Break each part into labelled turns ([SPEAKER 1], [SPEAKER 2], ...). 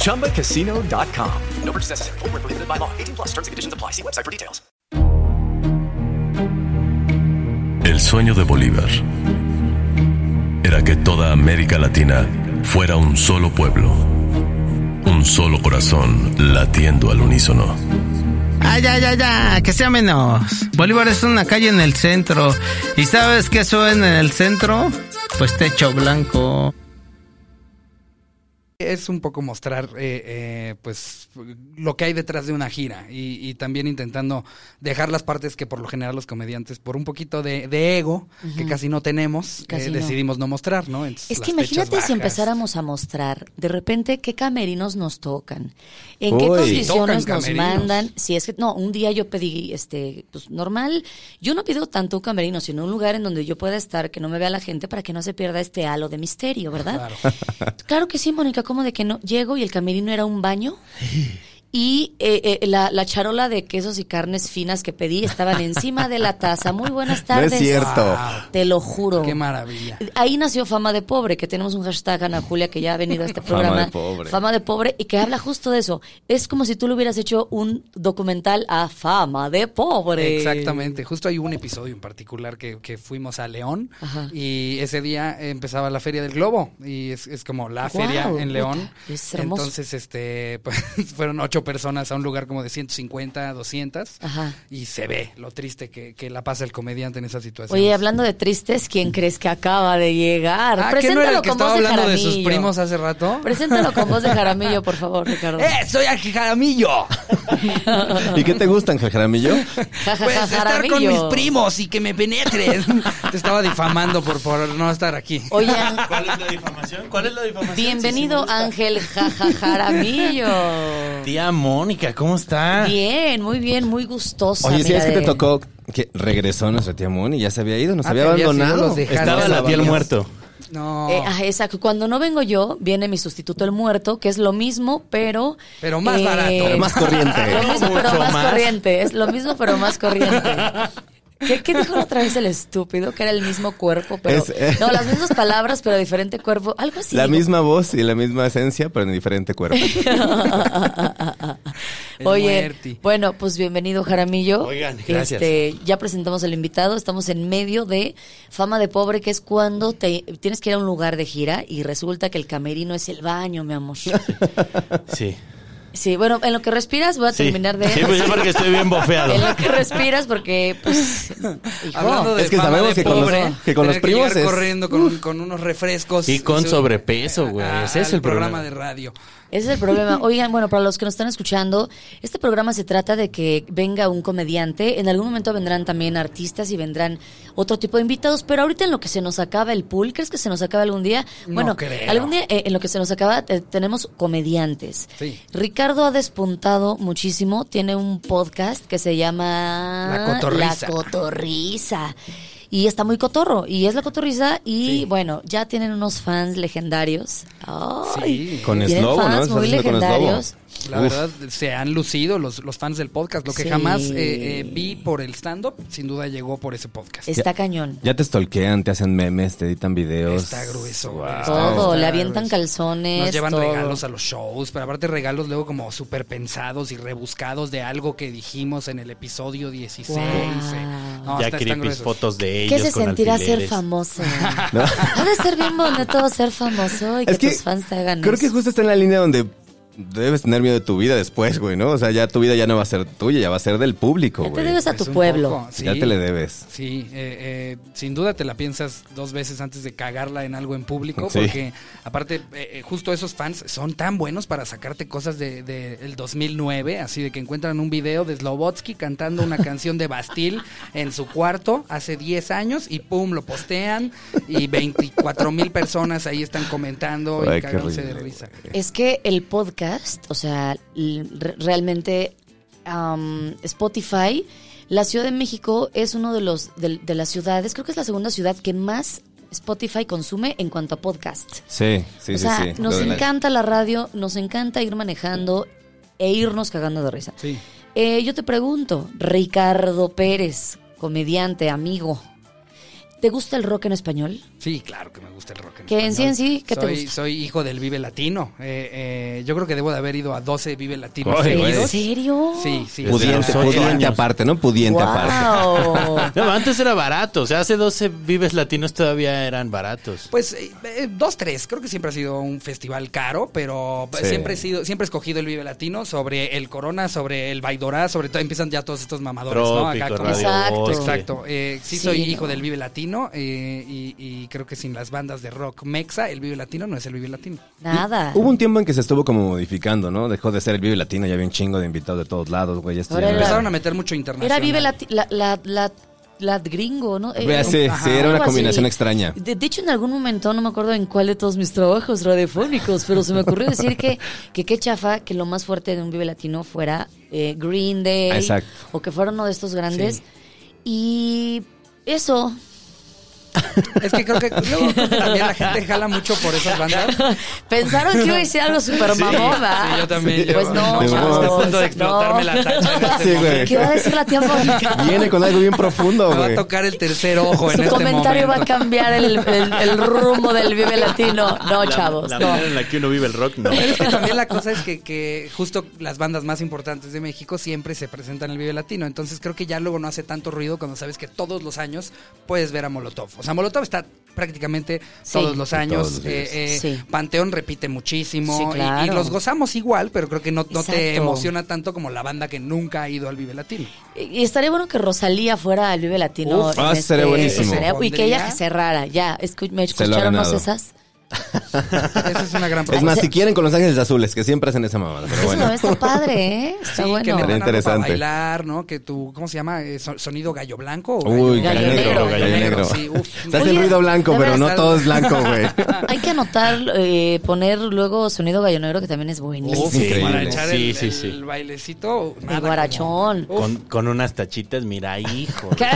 [SPEAKER 1] ChumbaCasino.com. No purchase necessary. Void where prohibited by law. 18 plus terms and conditions apply. See website for details.
[SPEAKER 2] El sueño de Bolívar era que toda América Latina fuera un solo pueblo, un solo corazón latiendo al unísono.
[SPEAKER 3] Ay, Ah, ya, ya, ya, que sea menos. Bolívar es una calle en el centro. ¿Y sabes qué suena en el centro? Pues techo blanco.
[SPEAKER 4] Es un poco mostrar, eh, eh, pues, lo que hay detrás de una gira y, y también intentando dejar las partes que por lo general los comediantes, por un poquito de, de ego, que casi no tenemos,
[SPEAKER 5] Casi
[SPEAKER 4] eh,
[SPEAKER 5] no.
[SPEAKER 4] decidimos no mostrar, ¿no? Entonces,
[SPEAKER 5] Es que
[SPEAKER 4] las fechas
[SPEAKER 5] imagínate si
[SPEAKER 4] bajas.
[SPEAKER 5] empezáramos a mostrar de repente qué camerinos nos tocan, en qué
[SPEAKER 6] Uy.
[SPEAKER 5] condiciones
[SPEAKER 4] Tocan
[SPEAKER 5] nos
[SPEAKER 4] camerinos.
[SPEAKER 5] mandan. Si es que, no, un día yo pedí, este, pues normal, yo no pido tanto un camerino, sino un lugar en donde yo pueda estar, que no me vea la gente para que no se pierda este halo de misterio, ¿verdad? Claro, que sí, Mónica, ¿cómo de que no? Llego y el camerino era un baño. Y eh, eh, la, la charola de quesos y carnes finas que pedí estaban encima de la taza. Muy buenas
[SPEAKER 6] No
[SPEAKER 5] tardes.
[SPEAKER 6] es cierto.
[SPEAKER 4] Wow,
[SPEAKER 5] Te lo juro.
[SPEAKER 4] ¡Qué maravilla!
[SPEAKER 5] Ahí nació Fama de Pobre, que tenemos un hashtag, Ana Julia, que ya ha venido a este
[SPEAKER 6] Fama
[SPEAKER 5] programa.
[SPEAKER 6] de Pobre.
[SPEAKER 5] Fama de Pobre, y que habla justo de eso. Es como si tú le hubieras hecho un documental a Fama de Pobre.
[SPEAKER 4] Exactamente, justo hay un episodio en particular que, que fuimos a León
[SPEAKER 5] Ajá.
[SPEAKER 4] y ese día empezaba la Feria del Globo y es, es como la
[SPEAKER 5] Guau,
[SPEAKER 4] feria en León.
[SPEAKER 5] puta, es hermoso.
[SPEAKER 4] Entonces, este, pues fueron ocho personas a un lugar como de 150, 200
[SPEAKER 5] Ajá.
[SPEAKER 4] y se ve lo triste que, que la pasa el comediante en esa situación.
[SPEAKER 5] Oye, hablando de tristes, ¿quién crees que acaba de llegar?
[SPEAKER 4] Ah, ¿que no era el que
[SPEAKER 5] con voz
[SPEAKER 4] estaba
[SPEAKER 5] de
[SPEAKER 4] hablando de sus
[SPEAKER 5] Jaramillo.
[SPEAKER 4] primos hace rato?
[SPEAKER 5] Preséntalo con voz de Jaramillo, por favor, Ricardo.
[SPEAKER 4] ¡Eh, soy Ángel Jaramillo!
[SPEAKER 6] ¿Y qué te gustan, Jaramillo?
[SPEAKER 5] Ja, ja,
[SPEAKER 4] Pues
[SPEAKER 5] ja,
[SPEAKER 4] estar con
[SPEAKER 5] Jaramillo.
[SPEAKER 4] mis primos y que me penetren. Te estaba difamando por, por no estar aquí.
[SPEAKER 5] Oye, Ángel,
[SPEAKER 7] ¿Cuál es la difamación? ¿Cuál es la difamación?
[SPEAKER 5] bienvenido Ángel Ja, ja, Jaramillo.
[SPEAKER 7] Tía Mónica, ¿cómo
[SPEAKER 4] Ah.
[SPEAKER 7] está?
[SPEAKER 5] Bien, muy bien, muy gustoso.
[SPEAKER 6] Oye, si es que te tocó que regresó nuestra tía Moni, ya se había ido, nos
[SPEAKER 4] Ah,
[SPEAKER 6] había
[SPEAKER 4] te habías ido,
[SPEAKER 6] abandonado.
[SPEAKER 4] los dejaron.
[SPEAKER 6] Nos
[SPEAKER 7] Estaba la tía el
[SPEAKER 6] abandonó.
[SPEAKER 7] muerto.
[SPEAKER 4] No.
[SPEAKER 5] Eh, ajá, exacto. Cuando no vengo yo, viene mi sustituto el muerto, que es lo mismo, pero. eh,
[SPEAKER 4] Pero más barato.
[SPEAKER 6] Pero más corriente.
[SPEAKER 5] Lo mismo, pero
[SPEAKER 7] Mucho
[SPEAKER 5] más,
[SPEAKER 7] más.
[SPEAKER 5] corriente. Es lo mismo, pero más corriente. ¿Qué, qué dijo la otra vez el estúpido? Que era el mismo cuerpo, pero.
[SPEAKER 6] Es, eh.
[SPEAKER 5] No, las mismas palabras, pero diferente cuerpo. Algo así.
[SPEAKER 6] La
[SPEAKER 5] digo.
[SPEAKER 6] misma voz y la misma esencia, pero en diferente cuerpo.
[SPEAKER 4] El
[SPEAKER 5] Oye,
[SPEAKER 4] muerti.
[SPEAKER 5] bueno, pues bienvenido Jaramillo.
[SPEAKER 7] Oigan, gracias.
[SPEAKER 5] Este, ya presentamos al invitado, estamos en medio de Fama de Pobre, que es cuando te tienes que ir a un lugar de gira y resulta que el camerino es el baño, mi amor.
[SPEAKER 7] Sí.
[SPEAKER 5] Sí, bueno, en lo que respiras voy a
[SPEAKER 7] sí.
[SPEAKER 5] terminar de...
[SPEAKER 7] Sí, pues yo porque estoy bien bofeado.
[SPEAKER 5] en lo que respiras porque, pues, hijo,
[SPEAKER 4] Hablando de
[SPEAKER 6] Es que
[SPEAKER 4] fama
[SPEAKER 6] sabemos
[SPEAKER 4] de
[SPEAKER 6] que con los-
[SPEAKER 4] pobre,
[SPEAKER 6] que con
[SPEAKER 4] tener
[SPEAKER 6] los primos
[SPEAKER 4] llegar
[SPEAKER 6] es-
[SPEAKER 4] corriendo con, un- con unos refrescos
[SPEAKER 7] Y con
[SPEAKER 4] su-
[SPEAKER 7] sobrepeso, güey.
[SPEAKER 4] a-
[SPEAKER 7] Ese es
[SPEAKER 4] al
[SPEAKER 7] el
[SPEAKER 4] Ah, programa
[SPEAKER 7] problema.
[SPEAKER 4] de radio.
[SPEAKER 5] Ese es el problema. Oigan, bueno, para los que nos están escuchando, este programa se trata de que venga un comediante. En algún momento vendrán también artistas y vendrán otro tipo de invitados. Pero ahorita en lo que se nos acaba el pool, ¿crees que se nos acaba algún día?
[SPEAKER 4] No
[SPEAKER 5] Bueno,
[SPEAKER 4] creo.
[SPEAKER 5] algún día eh, en lo que se nos acaba eh, tenemos comediantes.
[SPEAKER 4] Sí.
[SPEAKER 5] Ricardo ha despuntado muchísimo. Tiene un podcast que se llama
[SPEAKER 4] La Cotorrisa.
[SPEAKER 5] La Cotorrisa. Y está muy cotorro. Y es la cotorrisa. Y bueno, ya tienen unos fans legendarios. Ay.
[SPEAKER 4] Sí.
[SPEAKER 6] Con
[SPEAKER 5] Tienen
[SPEAKER 6] Slobo, ¿no?
[SPEAKER 5] fans
[SPEAKER 6] Estás
[SPEAKER 5] muy
[SPEAKER 6] haciendo con
[SPEAKER 5] legendarios.
[SPEAKER 4] La verdad, se han lucido los, los fans del podcast. Lo que
[SPEAKER 5] Sí.
[SPEAKER 4] jamás eh, eh, vi por el stand-up, sin duda llegó por ese podcast.
[SPEAKER 5] Está cañón.
[SPEAKER 6] Ya te stalkean, te hacen memes, te editan videos.
[SPEAKER 4] Está grueso.
[SPEAKER 6] Wow.
[SPEAKER 4] güey, está-
[SPEAKER 5] Todo,
[SPEAKER 4] está
[SPEAKER 5] le avientan
[SPEAKER 4] grueso.
[SPEAKER 5] calzones.
[SPEAKER 4] Nos llevan
[SPEAKER 5] todo.
[SPEAKER 4] regalos a los shows, pero aparte regalos luego como súper pensados y rebuscados de algo que dijimos en el episodio 16. eh. No,
[SPEAKER 7] ya
[SPEAKER 4] está- están
[SPEAKER 7] creepies
[SPEAKER 4] gruesos.
[SPEAKER 7] fotos de ellos.
[SPEAKER 5] ¿Qué se
[SPEAKER 7] con
[SPEAKER 5] sentirá ser
[SPEAKER 7] alfileres.
[SPEAKER 5] famoso?
[SPEAKER 6] No.
[SPEAKER 5] Ha de ser bien bonito ser famoso y que, tus fans te hagan
[SPEAKER 6] creo
[SPEAKER 5] eso.
[SPEAKER 6] que justo está en la línea donde debes tener miedo de tu vida después, güey, ¿no? O sea, ya tu vida ya no va a ser tuya, ya va a ser del público,
[SPEAKER 5] Ya te
[SPEAKER 6] güey.
[SPEAKER 5] debes a tu
[SPEAKER 4] Pues, un
[SPEAKER 5] pueblo.
[SPEAKER 4] poco, sí.
[SPEAKER 6] Ya te le debes.
[SPEAKER 4] Sí, eh, eh, sin duda te la piensas dos veces antes de cagarla en algo en público,
[SPEAKER 6] Sí.
[SPEAKER 4] porque aparte, eh, eh, justo esos fans son tan buenos para sacarte cosas de, de el 2009, así de que encuentran un video de Slobotsky cantando una canción de Bastille en su cuarto hace 10 años y pum, lo postean y 24 mil personas ahí están comentando
[SPEAKER 6] Ay,
[SPEAKER 4] y
[SPEAKER 6] qué
[SPEAKER 4] cagándose de
[SPEAKER 6] horrible,
[SPEAKER 4] risa.
[SPEAKER 5] Es que el podcast, o sea, l- re- realmente am, Spotify, la Ciudad de México es uno de los de, de las ciudades, creo que es la segunda ciudad que más Spotify consume en cuanto a podcast.
[SPEAKER 6] Sí, sí, sí,
[SPEAKER 5] o sea,
[SPEAKER 6] sí.
[SPEAKER 5] nos
[SPEAKER 6] Lo de la-
[SPEAKER 5] encanta la radio, nos encanta ir manejando e irnos cagando de risa.
[SPEAKER 4] Sí.
[SPEAKER 5] Eh, yo te pregunto, Ricardo Pérez, comediante, amigo, ¿te gusta el rock en español?
[SPEAKER 4] Sí, claro que me gusta el rock.
[SPEAKER 5] Que en sí, en
[SPEAKER 4] español.
[SPEAKER 5] sí, ¿qué te
[SPEAKER 4] soy,
[SPEAKER 5] gusta?
[SPEAKER 4] Soy hijo del Vive Latino. Eh, eh, yo creo que debo de haber ido a 12 Vive Latinos.
[SPEAKER 7] Ay, güey.
[SPEAKER 5] ¿En
[SPEAKER 4] seguidos.
[SPEAKER 5] serio?
[SPEAKER 4] Sí, sí.
[SPEAKER 6] Pudiente,
[SPEAKER 7] Desde los
[SPEAKER 6] pudiente
[SPEAKER 7] ocho años.
[SPEAKER 6] aparte, ¿no? Pudiente aparte.
[SPEAKER 5] ¡Wow!
[SPEAKER 7] No, antes era barato. O sea, hace 12 vives latinos todavía eran baratos.
[SPEAKER 4] Pues eh, eh, dos, tres. Creo que siempre ha sido un festival caro, pero
[SPEAKER 6] Sí.
[SPEAKER 4] siempre he sido, siempre he escogido el Vive Latino sobre el Corona, sobre el Vaidorá, sobre todo empiezan ya todos estos mamadores, ¿no? Acá
[SPEAKER 7] Trópico,
[SPEAKER 4] con-
[SPEAKER 7] Radio
[SPEAKER 5] Exacto.
[SPEAKER 7] Bosque.
[SPEAKER 4] Exacto. Eh, sí,
[SPEAKER 5] Sí,
[SPEAKER 4] soy
[SPEAKER 5] ¿no?
[SPEAKER 4] hijo del Vive Latino eh, y, y creo que sin las bandas de rock mexa, el Vive Latino no es el Vive Latino.
[SPEAKER 5] Nada.
[SPEAKER 6] Hubo un tiempo en que se estuvo como modificando, ¿no? Dejó de ser el Vive Latino, ya había un chingo de invitados de todos lados, güey. ya esto ya
[SPEAKER 5] Ahora
[SPEAKER 6] no
[SPEAKER 5] era-
[SPEAKER 6] era-
[SPEAKER 4] Empezaron a meter mucho internacional.
[SPEAKER 5] Era Vive Lati- la, la, la, la gringo, ¿no? Eh,
[SPEAKER 6] Vea, sí,
[SPEAKER 5] un-
[SPEAKER 6] sí, era una
[SPEAKER 5] algo
[SPEAKER 6] combinación extraña.
[SPEAKER 5] De, de hecho, en algún momento, no me acuerdo en cuál de todos mis trabajos radiofónicos, pero se me ocurrió decir que, que qué chafa que lo más fuerte de un Vive Latino fuera eh, Green Day
[SPEAKER 6] Ah, exacto.
[SPEAKER 5] o que fuera uno de estos grandes.
[SPEAKER 4] Sí.
[SPEAKER 5] Y eso,
[SPEAKER 4] Es que creo que luego creo que también la gente jala mucho por esas bandas.
[SPEAKER 5] pensaron que iba a decir algo súper mamón, ¿va?
[SPEAKER 4] sí, yo también, yo-
[SPEAKER 5] Pues no,
[SPEAKER 6] de huevos.
[SPEAKER 5] chavos,
[SPEAKER 4] a punto de
[SPEAKER 5] no.
[SPEAKER 4] explotarme la tacha en este
[SPEAKER 6] Sí, güey.
[SPEAKER 4] momento.
[SPEAKER 5] ¿Qué va a decir la tía Mónica?
[SPEAKER 6] Viene con algo bien profundo,
[SPEAKER 4] Me va a
[SPEAKER 6] güey.
[SPEAKER 4] tocar el tercer ojo en
[SPEAKER 5] Su
[SPEAKER 4] este
[SPEAKER 5] comentario
[SPEAKER 4] momento.
[SPEAKER 5] va a cambiar el, el- el rumbo del Vive Latino. No, chavos.
[SPEAKER 7] La
[SPEAKER 5] no.
[SPEAKER 7] manera en la que uno vive el rock, no.
[SPEAKER 4] Pero es que también la cosa es que, que justo las bandas más importantes de México siempre se presentan en el Vive Latino. Entonces creo que ya luego no hace tanto ruido cuando sabes que todos los años puedes ver a Molotov. O sea, Molotov está prácticamente
[SPEAKER 5] Sí.
[SPEAKER 4] todos los años.
[SPEAKER 6] los
[SPEAKER 4] eh, eh,
[SPEAKER 5] Sí.
[SPEAKER 4] Panteón repite muchísimo.
[SPEAKER 5] Sí,
[SPEAKER 4] y- y,
[SPEAKER 5] claro.
[SPEAKER 4] los gozamos igual, pero creo que no, no te
[SPEAKER 5] Exacto.
[SPEAKER 4] emociona tanto como la banda que nunca ha ido al Vive Latino.
[SPEAKER 5] Y estaría bueno que Rosalía fuera al Vive Latino.
[SPEAKER 6] Uf,
[SPEAKER 5] en este
[SPEAKER 6] ah, estaría buenísimo.
[SPEAKER 5] y que ella cerrara. Ya, escu- ¿me
[SPEAKER 6] Se lo ha
[SPEAKER 5] escucharon no
[SPEAKER 6] ganado.
[SPEAKER 5] esas?
[SPEAKER 4] Esa es una gran
[SPEAKER 6] Es más,
[SPEAKER 4] propuesta.
[SPEAKER 6] si quieren con Los Ángeles Azules, que siempre hacen esa mamada, pero
[SPEAKER 5] Eso
[SPEAKER 6] bueno.
[SPEAKER 5] no está padre, ¿eh? Está
[SPEAKER 4] Sí, que
[SPEAKER 5] bueno.
[SPEAKER 4] metan algo para
[SPEAKER 6] interesante.
[SPEAKER 4] bailar, ¿no? Que tu, ¿cómo se llama? Eh, so- ¿Sonido gallo blanco? o
[SPEAKER 6] Uy, gallo,
[SPEAKER 5] Gallo
[SPEAKER 6] negro,
[SPEAKER 5] negro,
[SPEAKER 6] gallo negro.
[SPEAKER 4] Sí, uf.
[SPEAKER 6] Se hace el
[SPEAKER 5] Oye,
[SPEAKER 6] ruido blanco,
[SPEAKER 5] de
[SPEAKER 6] pero
[SPEAKER 5] veras,
[SPEAKER 6] no
[SPEAKER 4] tal-
[SPEAKER 6] todo es blanco, güey.
[SPEAKER 5] Hay que anotar, eh, poner luego sonido gallonero, que también es buenísimo.
[SPEAKER 4] Uf,
[SPEAKER 6] increíble.
[SPEAKER 4] para echar
[SPEAKER 7] Sí,
[SPEAKER 4] el,
[SPEAKER 7] sí, sí.
[SPEAKER 4] el bailecito. nada
[SPEAKER 5] El
[SPEAKER 4] como-
[SPEAKER 5] guarachón.
[SPEAKER 7] Con, con unas tachitas, mira, hijo.
[SPEAKER 5] ¿Qué?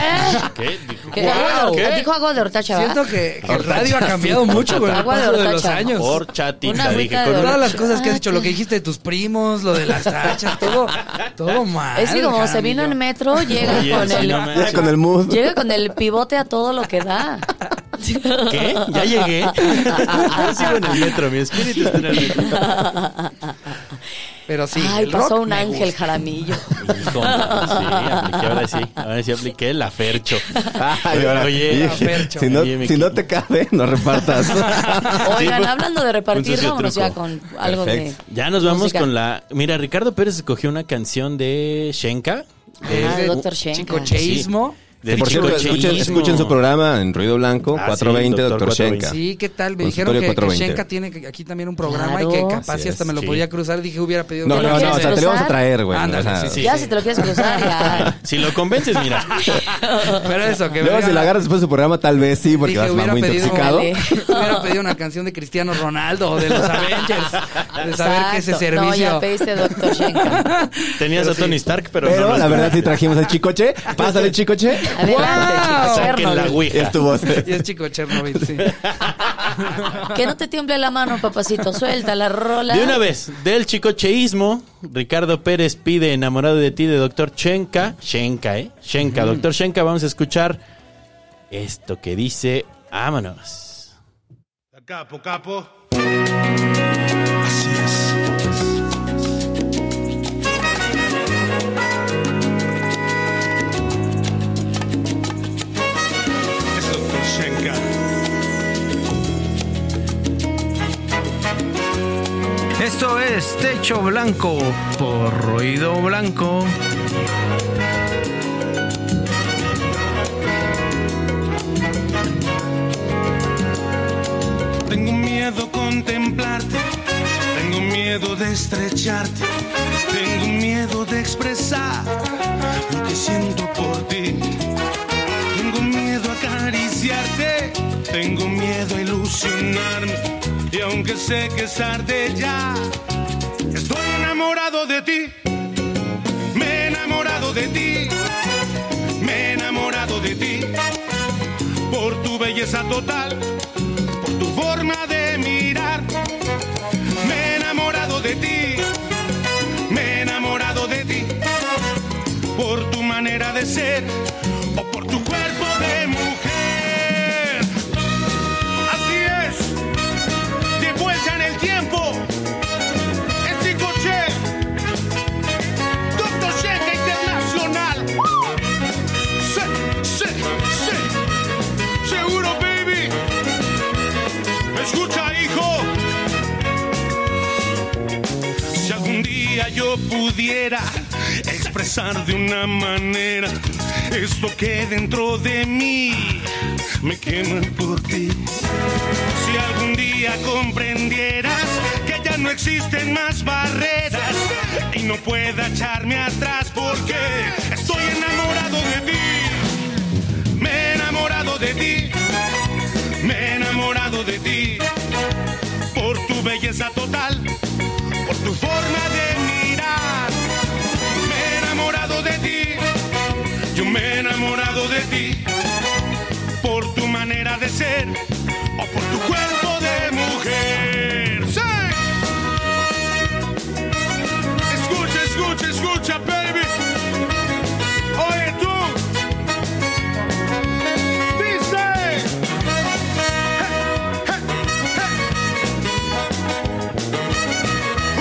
[SPEAKER 7] ¿Qué? Dijo,
[SPEAKER 5] ¿Qué?
[SPEAKER 7] "Guau, ¿qué?
[SPEAKER 5] Dijo algo de hortacha, ¿va?
[SPEAKER 4] Siento que, que el radio ha cambiado mucho con el
[SPEAKER 5] Agua de
[SPEAKER 4] paso de los
[SPEAKER 5] hortacha.
[SPEAKER 4] años.
[SPEAKER 7] Horchatita,
[SPEAKER 5] Una
[SPEAKER 7] dije,
[SPEAKER 5] agüita
[SPEAKER 7] con
[SPEAKER 5] de
[SPEAKER 7] una-
[SPEAKER 4] Todas las cosas que has hecho, lo que dijiste de tus primos, lo de las tachas, todo, todo mal.
[SPEAKER 5] Es que como se vino en
[SPEAKER 4] Jaramillo.
[SPEAKER 5] metro, llega
[SPEAKER 7] Oye,
[SPEAKER 5] con
[SPEAKER 7] sí,
[SPEAKER 5] el...
[SPEAKER 7] no manches.
[SPEAKER 6] Ya con el mood.
[SPEAKER 5] Llega con el pivote a todo lo que da.
[SPEAKER 7] ¿Qué? ¿Ya llegué? Yo sigo en el metro, mi espíritu está en el metro.
[SPEAKER 4] Pero sí,
[SPEAKER 5] Ay,
[SPEAKER 4] el
[SPEAKER 5] pasó
[SPEAKER 4] rock
[SPEAKER 5] un
[SPEAKER 4] me
[SPEAKER 5] ángel
[SPEAKER 4] gusta.
[SPEAKER 5] Jaramillo.
[SPEAKER 7] Hijo, man, sí, apliqué, ahora sí. Ahora sí apliqué la Fercho.
[SPEAKER 6] Ay, ahora,
[SPEAKER 7] Oye,
[SPEAKER 6] dije,
[SPEAKER 4] Fercho.
[SPEAKER 6] si, no,
[SPEAKER 7] Oye, mi
[SPEAKER 6] si no
[SPEAKER 7] Kiko.
[SPEAKER 6] te cabe, no repartas.
[SPEAKER 4] pues,
[SPEAKER 5] Oigan, hablando de
[SPEAKER 7] Un
[SPEAKER 5] repartir,
[SPEAKER 7] sucio
[SPEAKER 5] vámonos ya
[SPEAKER 7] truco.
[SPEAKER 5] con algo
[SPEAKER 6] Perfecto.
[SPEAKER 5] de.
[SPEAKER 7] Ya nos vamos
[SPEAKER 5] Música.
[SPEAKER 7] con la... Mira, Ricardo Pérez escogió una canción de Shenka.
[SPEAKER 5] Ah,
[SPEAKER 4] Desde
[SPEAKER 5] Dr.
[SPEAKER 4] Chico
[SPEAKER 5] Shenka.
[SPEAKER 4] Cheísmo.
[SPEAKER 7] Del
[SPEAKER 6] Por cierto,
[SPEAKER 7] chicocheísmo.
[SPEAKER 6] escuchen, escuchen su programa en Ruido Blanco,
[SPEAKER 7] Ah, sí,
[SPEAKER 6] 420,
[SPEAKER 7] doctor
[SPEAKER 6] Doctor Shenka.
[SPEAKER 4] Sí, ¿qué tal? Me dijeron
[SPEAKER 6] Consultorio
[SPEAKER 4] que, que
[SPEAKER 6] 420.
[SPEAKER 4] Shenka tiene que- aquí también un programa y que
[SPEAKER 5] Claro.
[SPEAKER 4] capaz
[SPEAKER 6] Así
[SPEAKER 4] si hasta
[SPEAKER 6] es,
[SPEAKER 4] me lo
[SPEAKER 7] sí.
[SPEAKER 4] podía cruzar, dije hubiera pedido
[SPEAKER 6] No,
[SPEAKER 5] ¿Te
[SPEAKER 4] que
[SPEAKER 5] lo
[SPEAKER 6] no, no, o
[SPEAKER 5] quieres
[SPEAKER 6] sea, te lo vamos a
[SPEAKER 5] cruzar?
[SPEAKER 6] traer, güey.
[SPEAKER 4] Ándale,
[SPEAKER 6] o sea,
[SPEAKER 4] sí, sí.
[SPEAKER 5] Ya, si te lo quieres cruzar, ya.
[SPEAKER 7] Si lo convences, mira.
[SPEAKER 4] Pero eso, que
[SPEAKER 6] Luego,
[SPEAKER 4] hubiera-
[SPEAKER 6] si la agarras después de su programa, tal vez sí, porque
[SPEAKER 4] Dije,
[SPEAKER 6] vas
[SPEAKER 4] hubiera
[SPEAKER 6] muy
[SPEAKER 4] pedido,
[SPEAKER 6] intoxicado.
[SPEAKER 5] Dale.
[SPEAKER 4] hubiera pedido una canción de Cristiano Ronaldo o de los Avengers. De saber que ese
[SPEAKER 5] Exacto. No,
[SPEAKER 4] servicio.
[SPEAKER 5] Oh, ya pediste Dr. Shenka.
[SPEAKER 7] Tenías
[SPEAKER 4] Pero
[SPEAKER 7] a Tony
[SPEAKER 4] sí.
[SPEAKER 7] Stark, pero, no
[SPEAKER 6] Pero,
[SPEAKER 7] lo
[SPEAKER 6] la
[SPEAKER 7] escuché.
[SPEAKER 6] verdad, sí trajimos al chicoche. Pásale, chicoche.
[SPEAKER 5] Adelante,
[SPEAKER 4] Wow.
[SPEAKER 5] chico
[SPEAKER 7] Saquen la
[SPEAKER 5] Chernobyl.
[SPEAKER 6] Y
[SPEAKER 7] ouija.
[SPEAKER 6] es tu voz.
[SPEAKER 4] y es chico Chernobyl, sí.
[SPEAKER 5] Que no te tiemble la mano, papacito. Suelta la rola.
[SPEAKER 7] De una vez, del chicocheísmo, Ricardo Pérez pide Enamorado de ti de Doctor Shenka. Shenka, ¿eh? Shenka. Doctor Shenka, vamos a escuchar esto que dice Vámonos.
[SPEAKER 8] Capo, capo. Así es. Es Dr. Shenka.
[SPEAKER 3] Esto es es Techo Blanco por Ruido Blanco.
[SPEAKER 8] Tengo miedo contemplarte, tengo miedo de estrecharte, tengo miedo de expresar lo que siento por ti. Tengo miedo a acariciarte, tengo miedo a ilusionarme y aunque sé que es tarde ya, estoy enamorado de ti. Me he enamorado de ti, me he enamorado de ti por tu belleza total por tu forma de mirar. Me he enamorado de ti, me he enamorado de ti, por tu manera de ser o por tu cuerpo de mujer. Así es, de vuelta en el tiempo. Este Es Chico Che, Dr. Checa Internacional. Sí, sí, sí. Seguro, baby. Escucha, hijo. Si algún día yo pudiera expresar de una manera esto que dentro de mí me quema por ti. Si algún día comprendieras que ya no existen más barreras y no pueda echarme atrás porque estoy enamorado de ti. Me he enamorado de ti, me he enamorado de ti, por tu belleza total, por tu forma de mirar. Me he enamorado de ti, yo me he enamorado de ti, por tu manera de ser o por tu cuerpo de mujer. ¡Sí! Escucha, escucha, escucha, baby. Oye tú. Dice.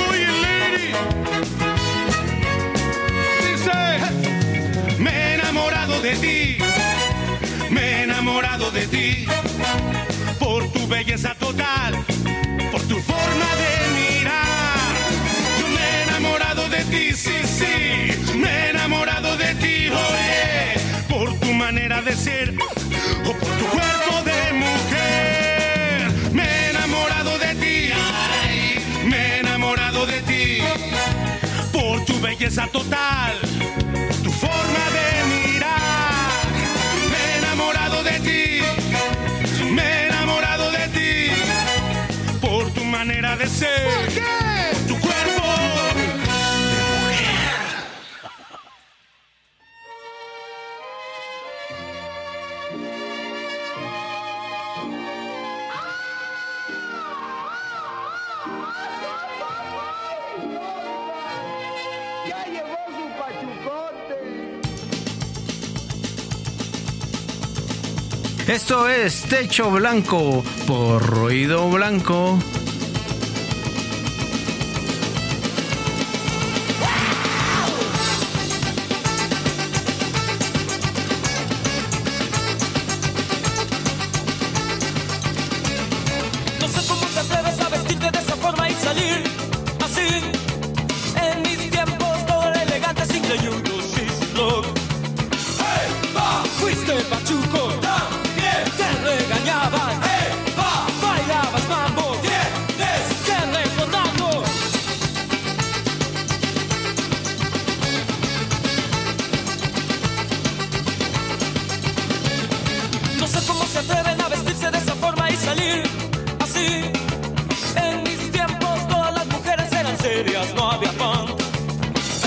[SPEAKER 8] Oye, lady. Dice. Me he enamorado de ti. Me he enamorado de ti. Por tu belleza total. Por tu forma de mirar. Yo me he enamorado de ti, sí, sí. Me he enamorado de ti, oye. Por tu manera de ser o por tu cuerpo de mujer. Me he enamorado de ti, ay, me he enamorado de ti. Por tu belleza total, tu forma de mirar. Me he enamorado de ti, me he enamorado de ti. Por tu manera de ser, por tu cuerpo.
[SPEAKER 9] Ya llegó su pachucote.
[SPEAKER 3] Esto es Techo Blanco por Ruido Blanco.
[SPEAKER 10] No sé cómo te atreves a vestirte de esa forma y salir así. En mis tiempos todo era elegante sin creyudo, sí, sin blog. ¡Hey, pa! Fuiste pachuco, también te regañaban. ¡Hey, pa! Bailabas mambo, tienes que recordarlo. No sé cómo se atreven a vestirse de esa forma y salir así. En mis tiempos todas las mujeres eran serias, no había pan.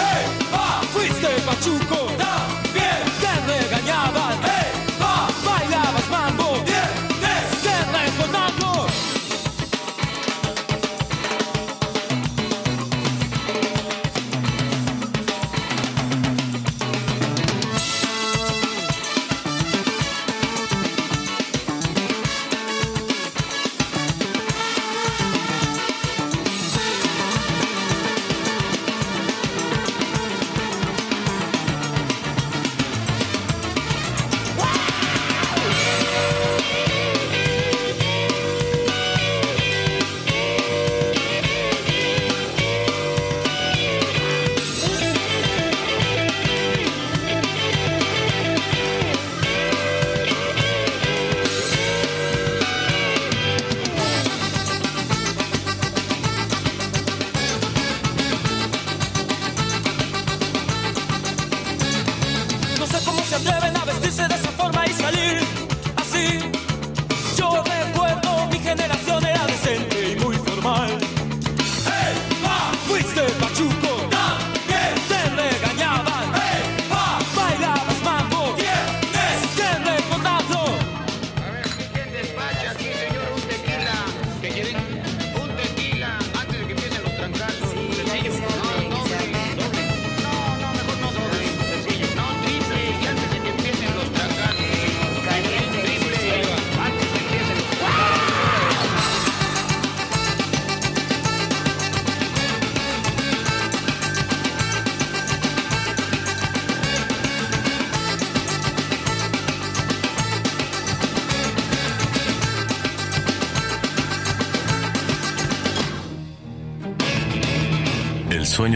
[SPEAKER 10] ¡Hey, pa! Fuiste pachuco, también te regañaban. ¡Hey, pa! Bailabas mambo, tienes que recordarlo. atreven a vestirse de esa forma y salir así. Yo recuerdo mi generación era decente y muy formal. ¡Hey, pa! Fuiste pachuco, también te regañaban. ¡Hey, pa! Bailabas mambo, tienes que recordarlo.
[SPEAKER 2] El sueño.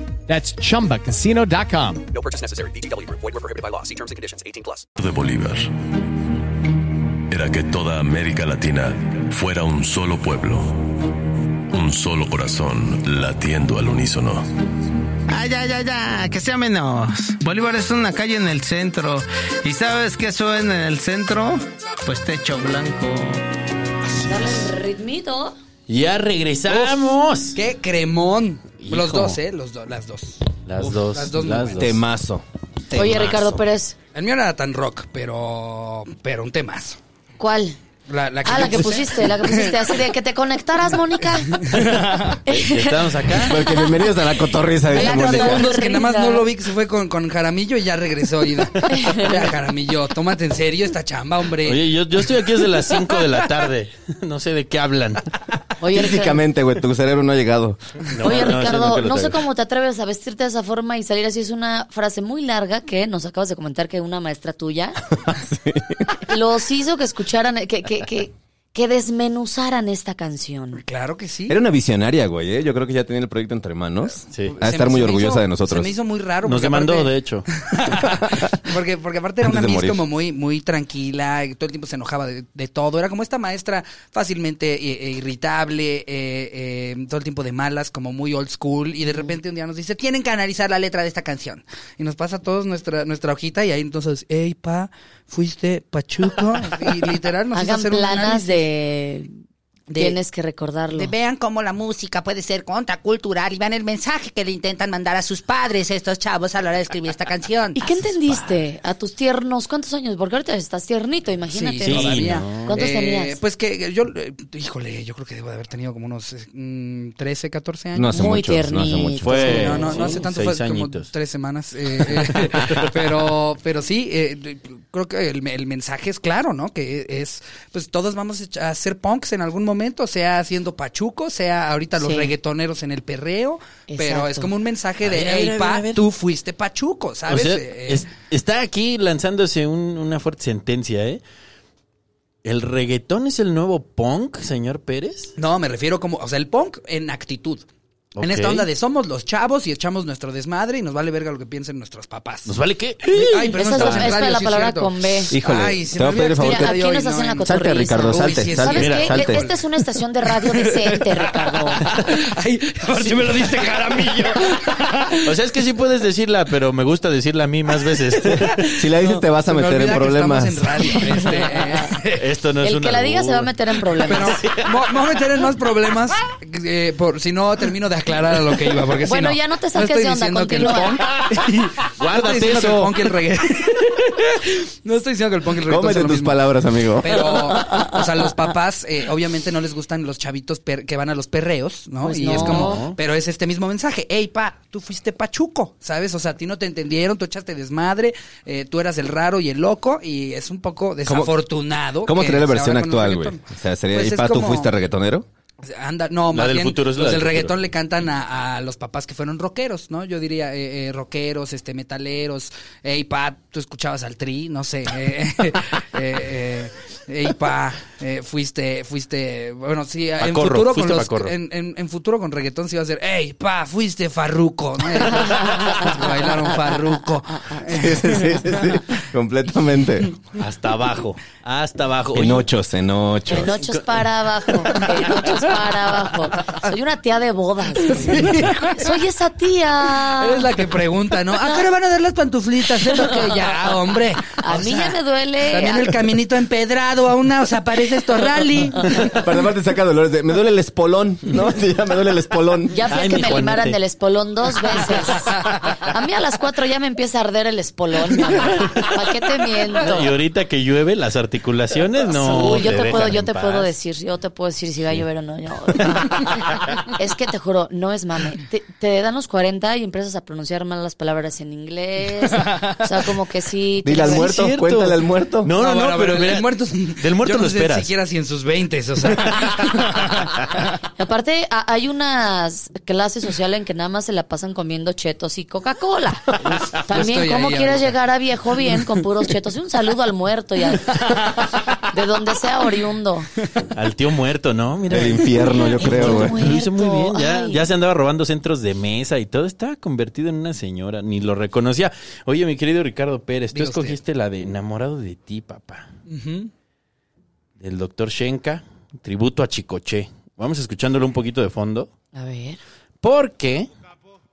[SPEAKER 11] That's chumbacasino.com.
[SPEAKER 12] No purchase necessary. VGW Group. Void were prohibited by law. See terms and conditions. 18 plus.
[SPEAKER 2] de Bolívar era que toda América Latina fuera un solo pueblo, un solo corazón latiendo al unísono.
[SPEAKER 3] Ay, Ah, ya, ya, ya, que sea menos. Bolívar es una calle en el centro. ¿Y sabes qué suena en el centro? Pues techo blanco.
[SPEAKER 5] Dame el ritmito.
[SPEAKER 7] Ya regresamos.
[SPEAKER 4] ¡Qué cremón! Los
[SPEAKER 7] Hijo.
[SPEAKER 4] dos, ¿eh? Los do- las dos.
[SPEAKER 7] Las
[SPEAKER 4] Uf,
[SPEAKER 7] dos.
[SPEAKER 4] Las dos.
[SPEAKER 7] las
[SPEAKER 4] muy
[SPEAKER 7] dos.
[SPEAKER 4] buenas.
[SPEAKER 5] Oye,
[SPEAKER 4] Temazo.
[SPEAKER 5] Ricardo Pérez,
[SPEAKER 4] El mío no era tan rock, pero, pero un temazo.
[SPEAKER 5] ¿cuál?
[SPEAKER 4] La, la
[SPEAKER 5] ah,
[SPEAKER 4] yo
[SPEAKER 5] la que
[SPEAKER 4] puse.
[SPEAKER 5] pusiste, la que pusiste, así de que te conectaras, Mónica.
[SPEAKER 7] Estamos acá.
[SPEAKER 6] Porque bienvenidos a la cotorriza de esta
[SPEAKER 4] Oigan, los
[SPEAKER 6] Mónica.
[SPEAKER 4] segundos que nada más no lo vi que se fue con, con Jaramillo y ya regresó. Ida. Ya, Jaramillo, tómate en serio esta chamba, hombre.
[SPEAKER 7] Oye, yo, yo estoy aquí desde las 5 de la tarde. No sé de qué hablan.
[SPEAKER 5] Oye,
[SPEAKER 6] Físicamente, güey, tu cerebro no ha llegado.
[SPEAKER 7] No,
[SPEAKER 5] Oye,
[SPEAKER 7] no, eso
[SPEAKER 5] Ricardo,
[SPEAKER 7] nunca lo
[SPEAKER 5] no sé
[SPEAKER 7] traigo.
[SPEAKER 5] cómo te atreves a vestirte de esa forma y salir así. Es una frase muy larga que nos acabas de comentar que una maestra tuya los hizo que escucharan, que, que, que, que desmenuzaran esta canción.
[SPEAKER 4] Claro que sí.
[SPEAKER 6] Era una visionaria, güey, ¿eh? Yo creo que ya tenía el proyecto entre manos.
[SPEAKER 7] Sí.
[SPEAKER 6] A
[SPEAKER 4] Se
[SPEAKER 6] estar
[SPEAKER 4] me-
[SPEAKER 6] muy
[SPEAKER 4] se me
[SPEAKER 6] orgullosa
[SPEAKER 4] hizo-
[SPEAKER 6] de nosotros.
[SPEAKER 4] Se me hizo muy raro.
[SPEAKER 7] Nos
[SPEAKER 4] porque
[SPEAKER 7] demandó,
[SPEAKER 4] aparte-
[SPEAKER 7] de hecho.
[SPEAKER 4] Porque, porque aparte era
[SPEAKER 7] Antes de
[SPEAKER 4] una miss
[SPEAKER 7] morir.
[SPEAKER 4] como muy, muy tranquila, y todo el tiempo se enojaba de, de todo. Era como esta maestra fácilmente eh, eh, irritable, eh, eh, todo el tiempo de malas, como muy old school. Y de repente un día nos dice, tienen que analizar la letra de esta canción. Y nos pasa a todos nuestra, nuestra hojita y ahí entonces, ey, pa, fuiste pachuco. Y literal nos hizo
[SPEAKER 5] Hagan
[SPEAKER 4] hacer un
[SPEAKER 5] planas
[SPEAKER 4] análisis.
[SPEAKER 5] de,
[SPEAKER 4] De-
[SPEAKER 5] Tienes que recordarlo.
[SPEAKER 13] De vean cómo la música puede ser contracultural y vean el mensaje que le intentan mandar a sus padres estos chavos a la hora de escribir esta canción.
[SPEAKER 5] ¿Y qué entendiste? A tus tiernos, ¿cuántos años? Porque ahorita estás tiernito, imagínate.
[SPEAKER 4] Sí, todavía.
[SPEAKER 5] ¿Cuántos
[SPEAKER 4] Eh,
[SPEAKER 5] tenías?
[SPEAKER 4] Pues que yo, eh, híjole, yo creo que debo de haber tenido como unos eh, mm, 13, 14 años.
[SPEAKER 6] No hace Muy mucho, no hace mucho. tiernito. Fue,
[SPEAKER 4] Sí, no, no, no hace
[SPEAKER 6] sí,
[SPEAKER 4] tanto, fue
[SPEAKER 6] seis
[SPEAKER 4] como
[SPEAKER 6] añitos.
[SPEAKER 4] tres semanas. eh, eh, pero, pero sí, eh, creo que el, el mensaje es claro, ¿no? Que es, pues todos vamos a ser punks en algún momento, sea haciendo pachuco, sea ahorita los
[SPEAKER 5] Sí.
[SPEAKER 4] reggaetoneros en el perreo, pero
[SPEAKER 5] Exacto.
[SPEAKER 4] es como un mensaje de,
[SPEAKER 5] A ver, a ver, a
[SPEAKER 4] hey,
[SPEAKER 5] ver,
[SPEAKER 4] pa,
[SPEAKER 5] a ver".
[SPEAKER 4] tú fuiste pachuco,
[SPEAKER 7] O
[SPEAKER 4] ¿sabes?
[SPEAKER 7] sea,
[SPEAKER 4] Eh,
[SPEAKER 7] es- está aquí lanzándose un- una fuerte sentencia, ¿eh? ¿El reggaetón es el nuevo punk, señor Pérez?
[SPEAKER 4] No, me refiero como, o sea, el punk en actitud.
[SPEAKER 7] Ok.
[SPEAKER 4] En esta onda de somos los chavos y echamos nuestro desmadre y nos vale verga lo que piensen nuestros papás.
[SPEAKER 7] ¿Nos vale qué?
[SPEAKER 4] Ay, pero
[SPEAKER 5] Esa es
[SPEAKER 4] estamos
[SPEAKER 5] la- esa
[SPEAKER 4] en
[SPEAKER 5] es
[SPEAKER 4] radio,
[SPEAKER 5] la
[SPEAKER 4] sí,
[SPEAKER 5] palabra
[SPEAKER 4] cierto.
[SPEAKER 5] con B.
[SPEAKER 6] Híjole,
[SPEAKER 4] Ay,
[SPEAKER 6] te
[SPEAKER 4] se
[SPEAKER 6] voy
[SPEAKER 4] me
[SPEAKER 6] a pedir el
[SPEAKER 4] olvidó
[SPEAKER 6] favor.
[SPEAKER 4] el
[SPEAKER 6] que-
[SPEAKER 4] tema de
[SPEAKER 5] Aquí nos
[SPEAKER 4] hoy,
[SPEAKER 5] hacen
[SPEAKER 4] no,
[SPEAKER 5] la
[SPEAKER 4] no.
[SPEAKER 5] cotorriza.
[SPEAKER 6] Salte, Ricardo, salte, salte.
[SPEAKER 5] ¿Sabes
[SPEAKER 6] Mira,
[SPEAKER 5] qué?
[SPEAKER 6] salte.
[SPEAKER 5] Esta es una estación de radio decente, Ricardo.
[SPEAKER 4] Ay, ahora sí me lo diste Jaramillo.
[SPEAKER 7] O sea, es que sí puedes decirla, pero me gusta decirla a mí más veces.
[SPEAKER 6] Si la dices, te vas a
[SPEAKER 7] se me
[SPEAKER 6] meter en
[SPEAKER 7] olvida que
[SPEAKER 6] problemas.
[SPEAKER 7] estamos
[SPEAKER 4] este, eh.
[SPEAKER 7] Esto no es
[SPEAKER 5] El
[SPEAKER 7] una...
[SPEAKER 5] que la diga se va a meter en problemas.
[SPEAKER 4] Me voy a meter en más problemas eh, por, si no termino de aclarar a lo que iba. Porque si
[SPEAKER 5] Bueno, ya no te saques
[SPEAKER 4] estoy
[SPEAKER 5] de onda,
[SPEAKER 4] diciendo que el
[SPEAKER 5] continúa.
[SPEAKER 4] punk-
[SPEAKER 7] Guárdate
[SPEAKER 4] no estoy diciendo que el
[SPEAKER 7] eso.
[SPEAKER 4] punk y el reggae- No estoy diciendo que el punk y el reggaetón
[SPEAKER 6] Cómete
[SPEAKER 4] son lo
[SPEAKER 6] tus
[SPEAKER 4] mismo.
[SPEAKER 6] palabras, amigo.
[SPEAKER 4] Pero, o sea, los papás eh, obviamente no les gustan los chavitos per- que van a los perreos, ¿no?
[SPEAKER 5] Pues
[SPEAKER 4] y
[SPEAKER 5] no.
[SPEAKER 4] es como, pero es este mismo mensaje. Ey, pa, tú fuiste pachuco, ¿sabes? O sea, a ti no te entendieron, tú echaste desmadre, eh, tú eras el raro y el loco, y es un poco desafortunado.
[SPEAKER 6] ¿Cómo
[SPEAKER 4] que
[SPEAKER 6] sería la
[SPEAKER 4] se
[SPEAKER 6] versión
[SPEAKER 4] abra con un
[SPEAKER 6] actual, güey?
[SPEAKER 4] reggaetón.
[SPEAKER 6] O sea, sería,
[SPEAKER 4] Pues
[SPEAKER 6] ¿y
[SPEAKER 4] es
[SPEAKER 6] pa, tú
[SPEAKER 4] como-
[SPEAKER 6] fuiste reggaetonero?
[SPEAKER 4] Anda, no,
[SPEAKER 6] La
[SPEAKER 4] más
[SPEAKER 6] del
[SPEAKER 4] bien,
[SPEAKER 6] futuro es la
[SPEAKER 4] los
[SPEAKER 6] del
[SPEAKER 4] del
[SPEAKER 6] futuro.
[SPEAKER 4] reggaetón le cantan a, a los papás que fueron rockeros, ¿no? Yo diría eh, eh, rockeros, este, metaleros. Ey, pa, tú escuchabas al tri, no sé. eh, eh, eh, ey, pa, eh, fuiste, fuiste, bueno, sí, en
[SPEAKER 7] Pacorro,
[SPEAKER 4] futuro, con
[SPEAKER 7] fuiste
[SPEAKER 4] los,
[SPEAKER 7] pacorro.
[SPEAKER 4] en, en- en futuro con reggaetón se iba a hacer, hey, pa, fuiste farruco. ¿no? Entonces, Bailaron farruco.
[SPEAKER 6] Sí, sí, sí, sí, sí. Completamente.
[SPEAKER 7] Hasta abajo. Hasta abajo.
[SPEAKER 6] En ochos, en ochos.
[SPEAKER 5] En ocho es para abajo. En ocho es para abajo. Soy una tía de bodas. Soy esa tía.
[SPEAKER 4] Eres la que pregunta, ¿no? ¿A qué hora van a dar las pantuflitas? Es lo que ya, hombre.
[SPEAKER 5] A mí ya me duele.
[SPEAKER 4] También el caminito empedrado, a una, o sea, parece esto rally.
[SPEAKER 6] Para además te saca dolores de. Me duele el espolón, ¿no? Sí, ya me duele el espolón.
[SPEAKER 5] Ya fui a que me limaran del espolón dos veces. A mí a las cuatro ya me empieza a arder el espolón. mi amor. ¿Para qué te miento?
[SPEAKER 7] Y ahorita que llueve, las articulaciones no.
[SPEAKER 5] Sí, yo te, puedo,
[SPEAKER 7] dejan
[SPEAKER 5] yo
[SPEAKER 7] en
[SPEAKER 5] te
[SPEAKER 7] paz.
[SPEAKER 5] puedo decir, yo te puedo decir si va a llover o no. yo- es que te juro, no es mame. Te, te dan los 40 y empiezas a pronunciar mal las palabras en inglés. O sea, como que sí.
[SPEAKER 6] Dile al
[SPEAKER 5] tienes-
[SPEAKER 6] muerto, cuéntale al muerto.
[SPEAKER 7] No, no,
[SPEAKER 4] Ah,
[SPEAKER 7] no,
[SPEAKER 4] bueno,
[SPEAKER 7] pero
[SPEAKER 4] el
[SPEAKER 7] mira,
[SPEAKER 4] muerto-
[SPEAKER 7] del muerto
[SPEAKER 4] yo no
[SPEAKER 7] lo
[SPEAKER 4] sé
[SPEAKER 7] esperas.
[SPEAKER 4] siquiera si en sus 20, o sea.
[SPEAKER 5] Aparte, a- hay unas clases sociales en que nada más se la pasan comiendo chetos y Coca-Cola. También,
[SPEAKER 4] estoy
[SPEAKER 5] ¿cómo
[SPEAKER 4] ahí
[SPEAKER 5] quieres
[SPEAKER 4] ahorita.
[SPEAKER 5] llegar a viejo bien con puros chetos? Y un saludo al muerto y al- de donde sea oriundo.
[SPEAKER 7] Al tío muerto, ¿no? Mira.
[SPEAKER 6] El infierno, yo creo, güey.
[SPEAKER 7] Lo hizo muy bien. Ya,
[SPEAKER 5] Ay.
[SPEAKER 7] ya se andaba robando centros de mesa y todo. Estaba convertido en una señora. Ni lo reconocía. Oye, mi querido Ricardo Pérez, tú
[SPEAKER 4] Diga usted.
[SPEAKER 7] escogiste la de Enamorado de ti, papá.
[SPEAKER 4] Ujú.
[SPEAKER 7] Del doctor Shenka. Tributo a Chicoche. Vamos escuchándolo un poquito de fondo.
[SPEAKER 5] A ver.
[SPEAKER 7] Porque,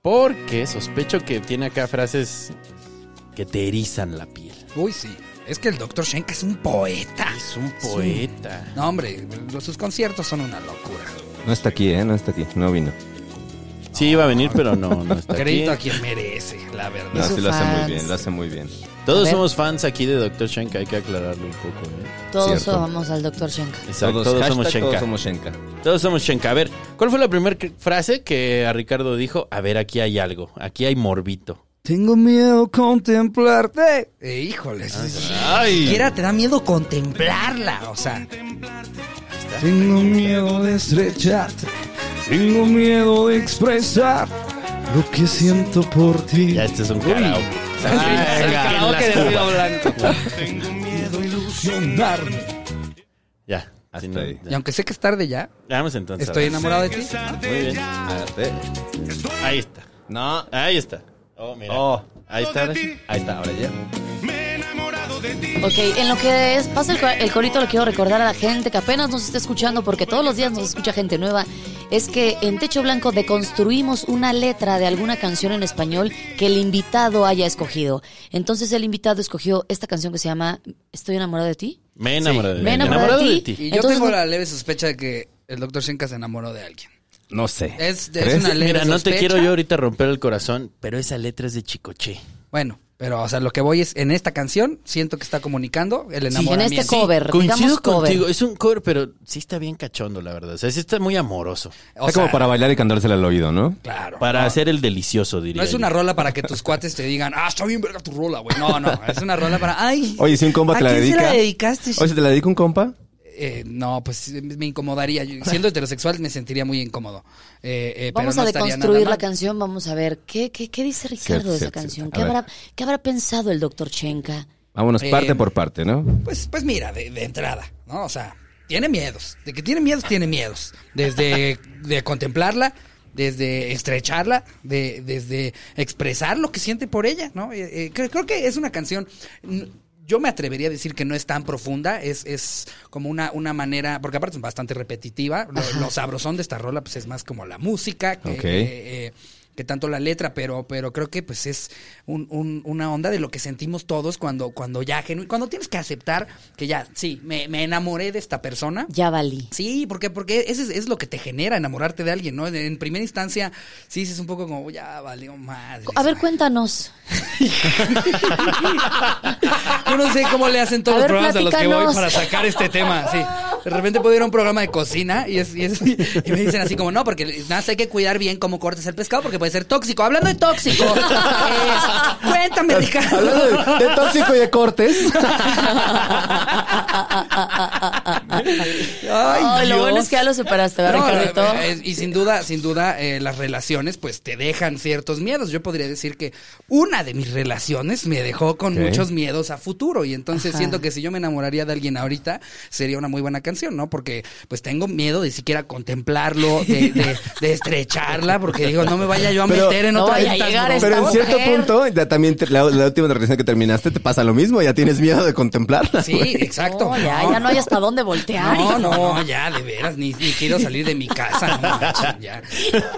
[SPEAKER 7] porque sospecho que tiene acá frases que te erizan la piel.
[SPEAKER 4] Uy, sí. Es que el doctor Schenck es un poeta.
[SPEAKER 7] Es un poeta.
[SPEAKER 4] No, hombre, los- sus conciertos son una locura.
[SPEAKER 6] No está aquí, ¿eh? No está aquí. No vino.
[SPEAKER 7] Sí, iba a venir, pero no, no está aquí.
[SPEAKER 4] Crédito a quien merece, la verdad.
[SPEAKER 6] No,
[SPEAKER 5] Es
[SPEAKER 6] sí
[SPEAKER 5] un
[SPEAKER 6] lo hace muy
[SPEAKER 5] fans.
[SPEAKER 6] bien, lo hace muy bien.
[SPEAKER 5] A
[SPEAKER 7] Todos
[SPEAKER 5] ver.
[SPEAKER 7] somos fans aquí de Dr. Shenka, hay que aclararlo un poco. ¿eh?
[SPEAKER 5] Todos
[SPEAKER 6] Cierto.
[SPEAKER 5] vamos al doctor Shenka.
[SPEAKER 7] Exacto, todos,
[SPEAKER 6] hashtag,
[SPEAKER 7] somos
[SPEAKER 6] Todos
[SPEAKER 7] Shenka.
[SPEAKER 6] somos Shenka.
[SPEAKER 7] Todos somos Shenka. A ver, ¿cuál fue la primera frase que a Ricardo dijo? A ver, aquí hay algo, aquí hay morbito.
[SPEAKER 4] Tengo miedo contemplarte. Eh, híjoles. Ni siquiera te da miedo contemplarla, o sea. Tengo miedo de estrecharte. Tengo miedo de expresar lo que siento por ti.
[SPEAKER 7] Ya este es un karaoke.
[SPEAKER 4] Es el
[SPEAKER 7] Ay,
[SPEAKER 4] karaoke
[SPEAKER 7] las
[SPEAKER 4] de Río
[SPEAKER 7] cubas.
[SPEAKER 4] Blanco.
[SPEAKER 8] Tengo miedo a ilusionarme.
[SPEAKER 7] Ya,
[SPEAKER 6] Hasta
[SPEAKER 7] si no,
[SPEAKER 6] ahí.
[SPEAKER 4] Y
[SPEAKER 7] ya.
[SPEAKER 4] aunque sé que es tarde ya,
[SPEAKER 7] Vamos entonces.
[SPEAKER 4] estoy
[SPEAKER 7] a ver.
[SPEAKER 4] enamorado de ti.
[SPEAKER 7] Muy bien.
[SPEAKER 6] Espérate.
[SPEAKER 7] Ahí está.
[SPEAKER 6] No.
[SPEAKER 7] Ahí está. Oh, mira.
[SPEAKER 6] Oh.
[SPEAKER 7] Ahí está. ahora sí.
[SPEAKER 6] Ahí está, ahora ya.
[SPEAKER 5] Ok, en lo que es, pasa el, co- el corito, le quiero recordar a la gente que apenas nos está escuchando, porque todos los días nos escucha gente nueva, es que en Techo Blanco deconstruimos una letra de alguna canción en español que el invitado haya escogido. Entonces el invitado escogió esta canción que se llama Estoy enamorado de ti.
[SPEAKER 7] Me he enamorado de
[SPEAKER 5] Me he enamorado de ti.
[SPEAKER 4] Y yo
[SPEAKER 5] Entonces,
[SPEAKER 4] tengo
[SPEAKER 5] no-
[SPEAKER 4] la leve sospecha de que el doctor Shenka se enamoró de alguien.
[SPEAKER 6] No sé.
[SPEAKER 4] Es, es
[SPEAKER 6] ¿Crees?
[SPEAKER 4] una leve
[SPEAKER 7] Mira, no te
[SPEAKER 4] sospecha.
[SPEAKER 7] quiero yo ahorita romper el corazón, pero esa letra es de Chicoche.
[SPEAKER 4] Bueno, pero o sea, lo que voy es en esta canción siento que está comunicando el
[SPEAKER 5] en
[SPEAKER 4] enamoramiento.
[SPEAKER 5] este cover, digamos
[SPEAKER 7] Coincido
[SPEAKER 5] cover.
[SPEAKER 7] contigo, es un cover, pero sí está bien cachondo, la verdad. O sea, sí está muy amoroso.
[SPEAKER 4] O
[SPEAKER 6] está como
[SPEAKER 4] sea,
[SPEAKER 6] para bailar y cantársela al oído, ¿no?
[SPEAKER 4] Claro.
[SPEAKER 7] Para
[SPEAKER 4] no,
[SPEAKER 7] hacer el delicioso, diría
[SPEAKER 4] no es
[SPEAKER 7] yo.
[SPEAKER 4] una rola para que tus cuates te digan, ah, está bien verga tu rola, güey. No, no, es una rola para, ay.
[SPEAKER 6] Oye, si un compa
[SPEAKER 4] ¿a
[SPEAKER 6] te la
[SPEAKER 4] quién
[SPEAKER 6] dedica.
[SPEAKER 4] se la dedicaste?
[SPEAKER 6] Oye, si te la dedica un compa.
[SPEAKER 4] Eh, no, pues me incomodaría. Yo, siendo heterosexual me sentiría muy incómodo. Eh, eh,
[SPEAKER 5] Vamos
[SPEAKER 4] pero no
[SPEAKER 5] a
[SPEAKER 4] estaría nada
[SPEAKER 5] deconstruir
[SPEAKER 4] mal.
[SPEAKER 5] la canción, vamos a ver qué, qué, qué dice Ricardo
[SPEAKER 6] Cierto,
[SPEAKER 5] de esa
[SPEAKER 6] cierto,
[SPEAKER 5] canción.
[SPEAKER 6] cierto.
[SPEAKER 5] ¿Qué
[SPEAKER 6] A ver.
[SPEAKER 5] habrá, ¿Qué habrá pensado el doctor Chenka?
[SPEAKER 6] Vámonos
[SPEAKER 4] Eh,
[SPEAKER 6] parte por parte, ¿no?
[SPEAKER 4] Pues, pues mira, de, de entrada, ¿no? O sea, tiene miedos. De que tiene miedos, tiene miedos. Desde de contemplarla, desde estrecharla, de, desde expresar lo que siente por ella, ¿no? Eh, eh, creo, creo que es una canción. n- Yo me atrevería a decir que no es tan profunda, es, es como una, una manera, porque aparte es bastante repetitiva. Lo, lo sabrosón de esta rola, pues es más como la música, que,
[SPEAKER 6] Ok.
[SPEAKER 4] eh, eh, que tanto la letra, pero, pero creo que pues es un- un- una onda de lo que sentimos todos cuando, cuando ya genu- cuando tienes que aceptar que ya, sí, me, me enamoré de esta persona.
[SPEAKER 5] Ya valí.
[SPEAKER 4] Sí, porque, porque ese es, es lo que te genera enamorarte de alguien, ¿no? En, en primera instancia, sí, sí es un poco como, ya valió madre.
[SPEAKER 5] A ver, cuéntanos.
[SPEAKER 4] Yo no sé cómo le hacen todos
[SPEAKER 5] A
[SPEAKER 4] los
[SPEAKER 5] ver,
[SPEAKER 4] programas a los que voy
[SPEAKER 5] platícanos.
[SPEAKER 4] para sacar este tema. Sí. De repente puedo ir a un programa de cocina y, es, y, es- y me dicen así como, no, porque nada, hay que cuidar bien cómo cortes el pescado porque puede ser tóxico. Hablando de tóxico, eh, cuéntame, Ricardo.
[SPEAKER 6] Hablando de, de tóxico y de cortes.
[SPEAKER 4] Ay,
[SPEAKER 5] Ay, lo
[SPEAKER 4] Dios.
[SPEAKER 5] bueno es que ya lo superaste,
[SPEAKER 4] No,
[SPEAKER 5] ¿verdad, Ricardito?
[SPEAKER 4] eh, y sin duda, sin duda, eh, las relaciones pues te dejan ciertos miedos. Yo podría decir que una de mis relaciones me dejó con
[SPEAKER 6] Ok.
[SPEAKER 4] muchos miedos a futuro y entonces
[SPEAKER 5] Ajá.
[SPEAKER 4] siento que si yo me enamoraría de alguien ahorita sería una muy buena canción, ¿no? Porque pues tengo miedo de siquiera contemplarlo, de, de- de estrecharla, porque digo, no me vaya yo a
[SPEAKER 6] Pero-
[SPEAKER 4] meter en
[SPEAKER 5] No
[SPEAKER 4] otra de
[SPEAKER 5] vaya a
[SPEAKER 4] estas
[SPEAKER 5] llegar
[SPEAKER 4] broncas.
[SPEAKER 6] Pero en cierto
[SPEAKER 5] mujer.
[SPEAKER 6] punto, ya también te- la, la última relación que terminaste te pasa lo mismo, ya tienes miedo de contemplarla.
[SPEAKER 4] Sí,
[SPEAKER 6] güey.
[SPEAKER 4] exacto.
[SPEAKER 5] No, ya, ya no hay hasta dónde voltear.
[SPEAKER 4] No,
[SPEAKER 5] hijo.
[SPEAKER 4] no, ya, de veras, ni, ni quiero salir de mi casa. no manchen, ya.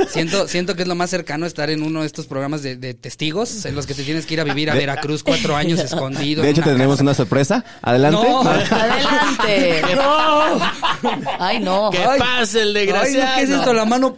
[SPEAKER 4] Siento, siento que es lo más cercano estar en uno de estos programas de, de testigos en los que te tienes que ir a vivir a
[SPEAKER 6] De-
[SPEAKER 4] Veracruz cuatro años escondido.
[SPEAKER 6] De
[SPEAKER 4] en
[SPEAKER 6] hecho,
[SPEAKER 4] una
[SPEAKER 6] tenemos una sorpresa. Adelante.
[SPEAKER 4] No.
[SPEAKER 5] Adelante. Ay, no.
[SPEAKER 7] Que
[SPEAKER 4] Ay.
[SPEAKER 7] pase el desgraciado.
[SPEAKER 4] Ay, no, ¿qué es esto? ¿La mano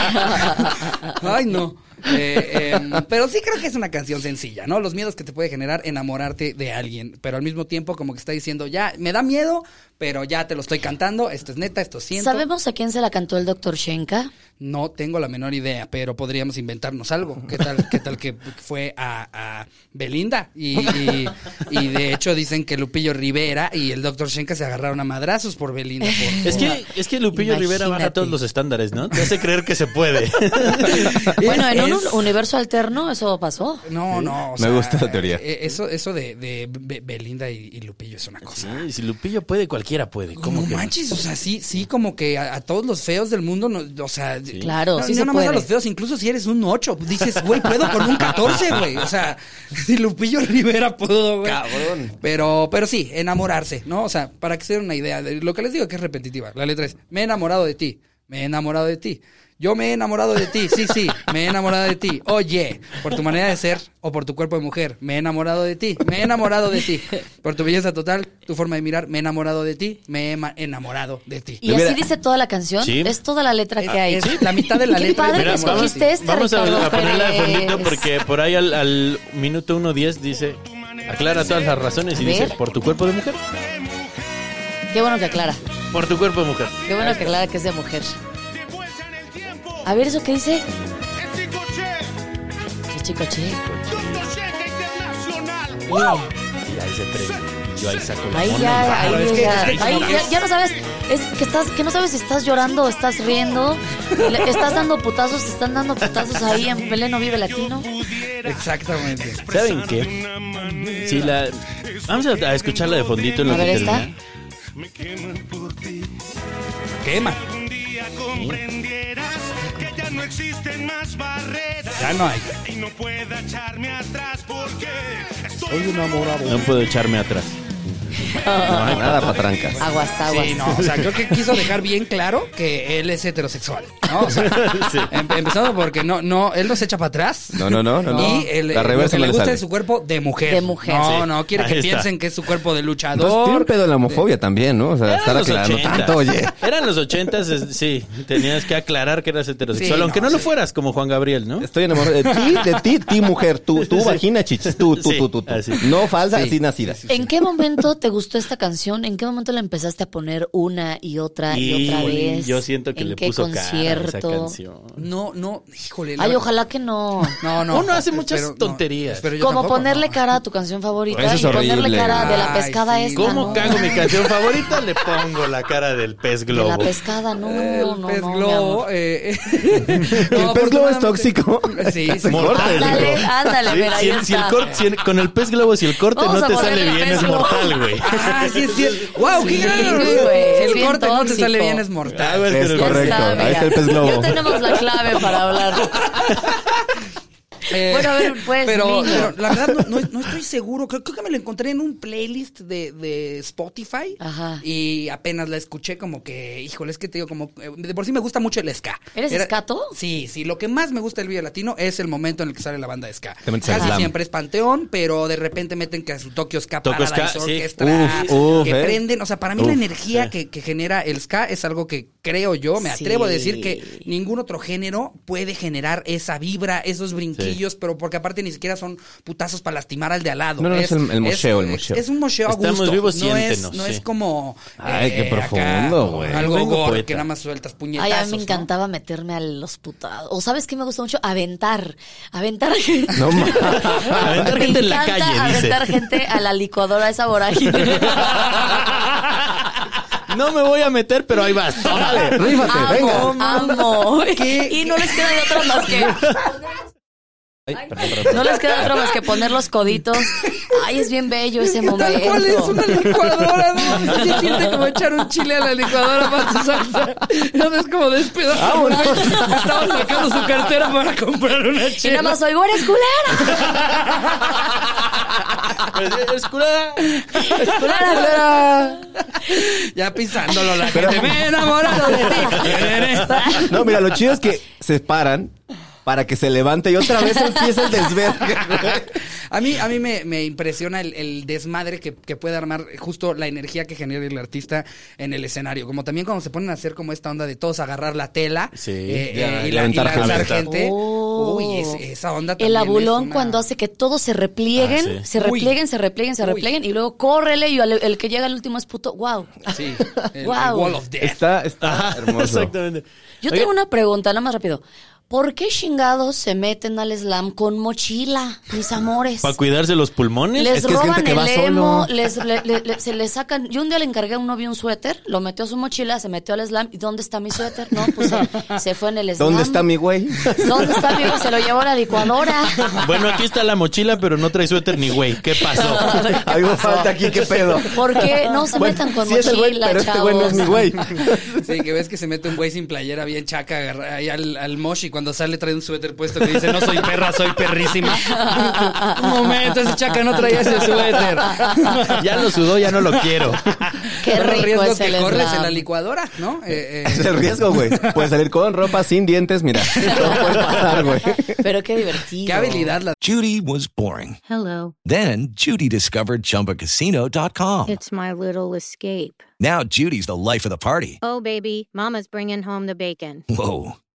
[SPEAKER 4] peluda? Ay, no. Eh, em, pero sí creo que es una canción sencilla, ¿no? Los miedos que te puede generar enamorarte de alguien, pero al mismo tiempo como que está diciendo, ya, me da miedo, pero ya te lo estoy cantando, esto es neta, esto siento.
[SPEAKER 5] ¿Sabemos a quién se la cantó el doctor Shenka?
[SPEAKER 4] No tengo la menor idea, pero podríamos inventarnos algo. ¿Qué tal, qué tal que fue a, a Belinda? Y, y- y de hecho dicen que Lupillo Rivera y el doctor Shenka se agarraron a madrazos por Belinda. por-
[SPEAKER 7] Es que, es que Lupillo Rivera baja
[SPEAKER 5] Imagínate.
[SPEAKER 7] todos los estándares, ¿no? Te hace creer que se puede.
[SPEAKER 5] Bueno, en un
[SPEAKER 4] Es-
[SPEAKER 5] universo alterno eso pasó.
[SPEAKER 4] No, no. o
[SPEAKER 7] Me
[SPEAKER 4] sea,
[SPEAKER 7] gusta la teoría.
[SPEAKER 4] eh, Eso, eso de, de Be- Belinda y, y Lupillo es una cosa.
[SPEAKER 7] Sí, si Lupillo puede, cualquiera puede. ¿Cómo
[SPEAKER 4] No
[SPEAKER 7] que no?
[SPEAKER 4] manches, o sea, sí, sí, como que a, a todos los feos del mundo, no- o sea,
[SPEAKER 5] Claro,
[SPEAKER 4] no,
[SPEAKER 5] sí
[SPEAKER 4] no
[SPEAKER 5] se
[SPEAKER 4] nomás a
[SPEAKER 5] puede.
[SPEAKER 4] los feos, incluso si eres un 8, dices, güey, puedo con un 14, güey. O sea, si Lupillo Rivera pudo, güey.
[SPEAKER 6] Cabrón.
[SPEAKER 4] Pero, pero sí, enamorarse, ¿no? O sea, para que se den una idea, de lo que les digo que es repetitiva. La letra es, me he enamorado de ti, me he enamorado de ti. Yo me he enamorado de ti, sí, sí, me he enamorado de ti. Oye, por tu manera de ser o por tu cuerpo de mujer, me he enamorado de ti, me he enamorado de ti. Por tu belleza total, tu forma de mirar, me he enamorado de ti, me he ma- enamorado de ti.
[SPEAKER 5] Y así dice toda la canción.
[SPEAKER 7] Sí.
[SPEAKER 5] Es toda la letra que hay.
[SPEAKER 4] Es la mitad de la
[SPEAKER 5] Qué
[SPEAKER 4] letra.
[SPEAKER 5] padre
[SPEAKER 4] Mira,
[SPEAKER 5] que
[SPEAKER 4] vamos-
[SPEAKER 5] escogiste esta,
[SPEAKER 7] Vamos a,
[SPEAKER 5] Ricardo
[SPEAKER 7] a ponerla de
[SPEAKER 5] Pérez.
[SPEAKER 7] fondito porque por ahí al, al minuto 1.10 dice, aclara todas las razones y
[SPEAKER 5] A ver.
[SPEAKER 7] dice, por tu cuerpo de mujer.
[SPEAKER 5] Qué bueno que aclara.
[SPEAKER 7] Por tu cuerpo de mujer.
[SPEAKER 5] Qué bueno que aclara que es de mujer. A ver, ¿eso qué dice? Qué chico che.
[SPEAKER 7] Y ahí se prende. Y yo ahí saco la
[SPEAKER 5] Ahí
[SPEAKER 7] mona y
[SPEAKER 5] ya,
[SPEAKER 7] bailo.
[SPEAKER 5] ahí
[SPEAKER 7] Es que-
[SPEAKER 5] ya,
[SPEAKER 7] es que-
[SPEAKER 5] ahí ya, ya no sabes, es que estás, que no sabes si estás llorando o estás riendo, le- estás dando putazos, te están dando putazos ahí en Belén no vive latino.
[SPEAKER 4] Exactamente.
[SPEAKER 7] ¿Saben qué? Sí, la... Vamos a, a escucharla de fondito en lo
[SPEAKER 5] A
[SPEAKER 7] que
[SPEAKER 5] ver,
[SPEAKER 7] termina.
[SPEAKER 5] esta.
[SPEAKER 4] Quema. Ya no hay. Soy enamorado.
[SPEAKER 7] No puedo echarme atrás. No hay nada patrancas.
[SPEAKER 5] Aguas, aguas.
[SPEAKER 4] Sí, no, o sea, creo que quiso dejar bien claro que él es heterosexual, ¿no? O sea, em- empezando porque no, no, él no se echa para atrás.
[SPEAKER 6] No, no, no, no, no.
[SPEAKER 4] Y él,
[SPEAKER 6] La
[SPEAKER 4] lo
[SPEAKER 6] reversa
[SPEAKER 4] que
[SPEAKER 6] no
[SPEAKER 4] le
[SPEAKER 6] le
[SPEAKER 4] gusta
[SPEAKER 6] sale.
[SPEAKER 4] es su cuerpo de mujer.
[SPEAKER 5] De mujer.
[SPEAKER 4] No,
[SPEAKER 6] Sí.
[SPEAKER 4] no, quiere que
[SPEAKER 6] Ahí está.
[SPEAKER 4] piensen que es su cuerpo de
[SPEAKER 6] Entonces, tiene un
[SPEAKER 4] luchador.
[SPEAKER 6] pedo de la homofobia también, ¿no? O sea, estar
[SPEAKER 7] Eran los
[SPEAKER 6] aclarando
[SPEAKER 7] 80.
[SPEAKER 6] tanto, oye.
[SPEAKER 7] Eran los ochentas, es- sí. Tenías que aclarar que eras heterosexual,
[SPEAKER 4] Sí,
[SPEAKER 7] aunque
[SPEAKER 4] no,
[SPEAKER 7] no lo fueras, como Juan Gabriel, ¿no?
[SPEAKER 6] Estoy enamorado de ti, de ti, ti mujer, tú, tú vagina chichis, tú, tú,
[SPEAKER 7] Sí,
[SPEAKER 6] tú, tú, tú.
[SPEAKER 7] así.
[SPEAKER 6] No falsa, así nacida.
[SPEAKER 5] ¿En qué momento te gustó esta canción? ¿En qué momento la empezaste a poner una y otra y, otra
[SPEAKER 7] Híjole,
[SPEAKER 5] vez?
[SPEAKER 7] yo siento que
[SPEAKER 5] ¿En
[SPEAKER 7] le
[SPEAKER 5] qué
[SPEAKER 7] puso cara a esa
[SPEAKER 5] concierto?
[SPEAKER 7] canción.
[SPEAKER 4] No, no, híjole. la
[SPEAKER 5] Ay,
[SPEAKER 4] verdad-
[SPEAKER 5] ojalá que no.
[SPEAKER 4] No, no.
[SPEAKER 7] Uno hace
[SPEAKER 4] espero-
[SPEAKER 7] muchas
[SPEAKER 4] no,
[SPEAKER 7] tonterías.
[SPEAKER 4] espero yo
[SPEAKER 5] Como
[SPEAKER 4] tampoco,
[SPEAKER 5] ponerle
[SPEAKER 4] no.
[SPEAKER 5] cara a tu canción favorita
[SPEAKER 7] Pues
[SPEAKER 6] Eso es
[SPEAKER 5] y ponerle
[SPEAKER 6] horrible.
[SPEAKER 5] cara de la
[SPEAKER 4] Ay,
[SPEAKER 5] pescada
[SPEAKER 4] sí.
[SPEAKER 5] esta.
[SPEAKER 7] ¿Cómo
[SPEAKER 5] ¿no?
[SPEAKER 7] cago mi canción favorita? Le pongo la cara del pez
[SPEAKER 5] De
[SPEAKER 7] globo.
[SPEAKER 5] la pescada, no,
[SPEAKER 4] El
[SPEAKER 5] no,
[SPEAKER 4] pez
[SPEAKER 5] no. mi
[SPEAKER 4] globo.
[SPEAKER 5] amor.
[SPEAKER 4] eh,
[SPEAKER 6] ¿El
[SPEAKER 4] no,
[SPEAKER 6] pez globo es
[SPEAKER 4] afortunadamente-
[SPEAKER 6] tóxico?
[SPEAKER 4] Sí, sí.
[SPEAKER 7] Mortal.
[SPEAKER 5] Ándale, ándale,
[SPEAKER 7] Sí,
[SPEAKER 5] pero ahí
[SPEAKER 7] si el- si el
[SPEAKER 5] está.
[SPEAKER 7] cor- si el- con el pez globo, si el corte
[SPEAKER 5] Vamos
[SPEAKER 7] no
[SPEAKER 5] a
[SPEAKER 7] te
[SPEAKER 5] ponerle
[SPEAKER 7] sale
[SPEAKER 5] el
[SPEAKER 7] bien,
[SPEAKER 5] pez
[SPEAKER 7] es
[SPEAKER 5] globo.
[SPEAKER 7] mortal, güey.
[SPEAKER 4] Ah, sí, sí. ¡Wow! ¡Qué
[SPEAKER 5] Sí,
[SPEAKER 4] gran-
[SPEAKER 5] güey,
[SPEAKER 4] Si
[SPEAKER 5] es
[SPEAKER 4] el
[SPEAKER 5] bien
[SPEAKER 4] corte no te
[SPEAKER 5] tóxico.
[SPEAKER 4] sale bien, es mortal.
[SPEAKER 7] Ah, güey,
[SPEAKER 6] Es
[SPEAKER 7] pero-
[SPEAKER 5] Ya
[SPEAKER 6] correcto,
[SPEAKER 5] está,
[SPEAKER 6] ahí
[SPEAKER 5] mira.
[SPEAKER 6] está el pez globo.
[SPEAKER 5] Ya tenemos la clave para hablar.
[SPEAKER 4] Eh,
[SPEAKER 5] Bueno, a ver, pues,
[SPEAKER 4] Pero,
[SPEAKER 5] niño.
[SPEAKER 4] pero la verdad, no, no- no estoy seguro. Creo, creo que me la encontré en un playlist de, de Spotify.
[SPEAKER 5] Ajá.
[SPEAKER 4] Y apenas la escuché, como que, híjole, es que te digo, como. eh, De por sí me gusta mucho el ska.
[SPEAKER 5] ¿Eres escato?
[SPEAKER 4] Sí, sí. Lo que más me gusta del video latino es el momento en el que sale la banda de ska.
[SPEAKER 6] Te metes al
[SPEAKER 4] Casi
[SPEAKER 6] slam.
[SPEAKER 4] siempre es Panteón, pero de repente meten que a su Tokio Ska
[SPEAKER 7] Tokyo
[SPEAKER 4] Paradise
[SPEAKER 7] Ska, sí.
[SPEAKER 4] Orchestra.
[SPEAKER 6] Uf, uf,
[SPEAKER 4] que
[SPEAKER 6] eh.
[SPEAKER 4] prenden. O sea, para mí la
[SPEAKER 6] Uf,
[SPEAKER 4] energía
[SPEAKER 7] eh.
[SPEAKER 4] que, que genera el ska es algo que creo yo, me
[SPEAKER 5] Sí.
[SPEAKER 4] atrevo a decir que ningún otro género puede generar esa vibra, esos brinquillos, pero porque aparte ni siquiera son putazos para lastimar al de al lado.
[SPEAKER 6] No, no, es el- el mocheo, el mocheo.
[SPEAKER 4] Es, un mocheo a gusto.
[SPEAKER 7] Estamos vivos,
[SPEAKER 4] no es,
[SPEAKER 7] siéntenos,
[SPEAKER 4] no
[SPEAKER 7] sí.
[SPEAKER 4] es como. eh,
[SPEAKER 6] Ay, qué
[SPEAKER 4] acá,
[SPEAKER 6] profundo, güey.
[SPEAKER 4] Algo
[SPEAKER 7] Vengo
[SPEAKER 4] gore
[SPEAKER 7] poeta.
[SPEAKER 4] que nada más sueltas puñetazos.
[SPEAKER 5] Ay, a mí me
[SPEAKER 4] ¿no?
[SPEAKER 5] encantaba meterme a los putados. O sabes qué me gusta mucho? Aventar. Aventar gente.
[SPEAKER 6] No mames.
[SPEAKER 7] Aventar
[SPEAKER 5] Me
[SPEAKER 7] gente en la
[SPEAKER 5] encanta
[SPEAKER 7] calle, dice.
[SPEAKER 5] Aventar gente a la licuadora esa vorágine.
[SPEAKER 7] No me voy a meter, pero ahí vas. Órale.
[SPEAKER 6] Rífate, venga.
[SPEAKER 5] amo, amo. Y no les queda de otra más que No les queda otro más que poner los coditos. Ay, es bien bello ese momento.
[SPEAKER 4] ¿Cuál es una licuadora? ¿no? Se siente como echar un chile a la licuadora para su salsa. No es como despedazar.
[SPEAKER 5] Vámonos.
[SPEAKER 4] Estaba sacando su cartera para comprar una
[SPEAKER 5] Y
[SPEAKER 4] chela.
[SPEAKER 5] nada más soy buena culera.
[SPEAKER 4] Es culera. Es
[SPEAKER 5] culera,
[SPEAKER 4] culera. Ya pisándolo la
[SPEAKER 6] Pero-
[SPEAKER 4] gente. Me he enamorado de ti.
[SPEAKER 6] No, mira, lo chido es que se paran para que se levante y otra vez empieza el desvergue.
[SPEAKER 4] A mí, a mí me, me impresiona el, el desmadre que, que puede armar justo la energía que genera el artista en el escenario. Como también cuando se ponen a hacer como esta onda de todos agarrar la tela
[SPEAKER 7] Sí.
[SPEAKER 4] eh,
[SPEAKER 7] Ya,
[SPEAKER 4] eh, y,
[SPEAKER 7] y
[SPEAKER 4] la, y
[SPEAKER 7] aventar
[SPEAKER 4] lanzar
[SPEAKER 7] gente.
[SPEAKER 4] gente.
[SPEAKER 5] Oh.
[SPEAKER 4] Uy, es- esa onda
[SPEAKER 5] El
[SPEAKER 4] también es
[SPEAKER 5] abulón
[SPEAKER 4] una-
[SPEAKER 5] cuando hace que todos se replieguen,
[SPEAKER 4] Ah, sí.
[SPEAKER 5] se
[SPEAKER 4] Uy.
[SPEAKER 5] replieguen, se replieguen, se
[SPEAKER 4] Uy.
[SPEAKER 5] replieguen y luego córrele y al- el, que llega al último es puto. Wow.
[SPEAKER 4] Sí, el, el
[SPEAKER 5] Wow.
[SPEAKER 4] Wall of Death.
[SPEAKER 6] Está, está hermoso.
[SPEAKER 7] Exactamente.
[SPEAKER 5] Yo
[SPEAKER 7] Oye,
[SPEAKER 5] tengo una pregunta, nada más rápido. ¿Por qué chingados se meten al slam con mochila, mis amores?
[SPEAKER 7] ¿Para cuidarse los pulmones?
[SPEAKER 5] Les roban el emo,
[SPEAKER 7] solo.
[SPEAKER 5] les, le- le- le- se les sacan. Yo un día le encargué a un novio un suéter, lo metió a su mochila, se metió al slam. ¿Y dónde está mi suéter? No, pues se, se fue en
[SPEAKER 4] Pues,
[SPEAKER 5] el slam.
[SPEAKER 6] ¿Dónde está mi güey?
[SPEAKER 5] ¿Dónde está mi Se lo llevó a la licuadora.
[SPEAKER 7] Bueno, aquí está la mochila, pero no trae suéter ni güey. ¿Qué pasó?
[SPEAKER 6] Algo falta aquí, qué pedo.
[SPEAKER 5] ¿Por qué no se metan con
[SPEAKER 6] sí
[SPEAKER 5] mochila,
[SPEAKER 6] es el güey, pero este güey no es mi
[SPEAKER 5] chavos?
[SPEAKER 6] güey.
[SPEAKER 4] Sí, que ves que se mete un güey sin playera bien chaca agarra- ahí al, al mosh y cuando sale trae un suéter puesto que dice no soy perra, soy perrísima. un momento, ese chaca no traía ese suéter.
[SPEAKER 7] Ya lo sudó, ya no lo quiero.
[SPEAKER 5] Qué
[SPEAKER 4] Pero el
[SPEAKER 5] rico
[SPEAKER 4] riesgo
[SPEAKER 5] es
[SPEAKER 4] que
[SPEAKER 5] el
[SPEAKER 4] corres en
[SPEAKER 5] slam.
[SPEAKER 4] la licuadora, ¿no? Eh, eh,
[SPEAKER 6] Es el riesgo, güey. Puedes salir con ropa, sin dientes, mira. Todo puede pasar, güey.
[SPEAKER 5] Pero qué divertido.
[SPEAKER 4] Qué habilidad la
[SPEAKER 14] Judy was boring.
[SPEAKER 15] Hello.
[SPEAKER 14] Then Judy discovered
[SPEAKER 4] Oh.
[SPEAKER 14] ChumbaCasino.com.
[SPEAKER 15] It's my little escape.
[SPEAKER 14] Now Judy's the life of the party.
[SPEAKER 15] Oh, baby, Mama's bringing home the bacon.
[SPEAKER 14] Whoa,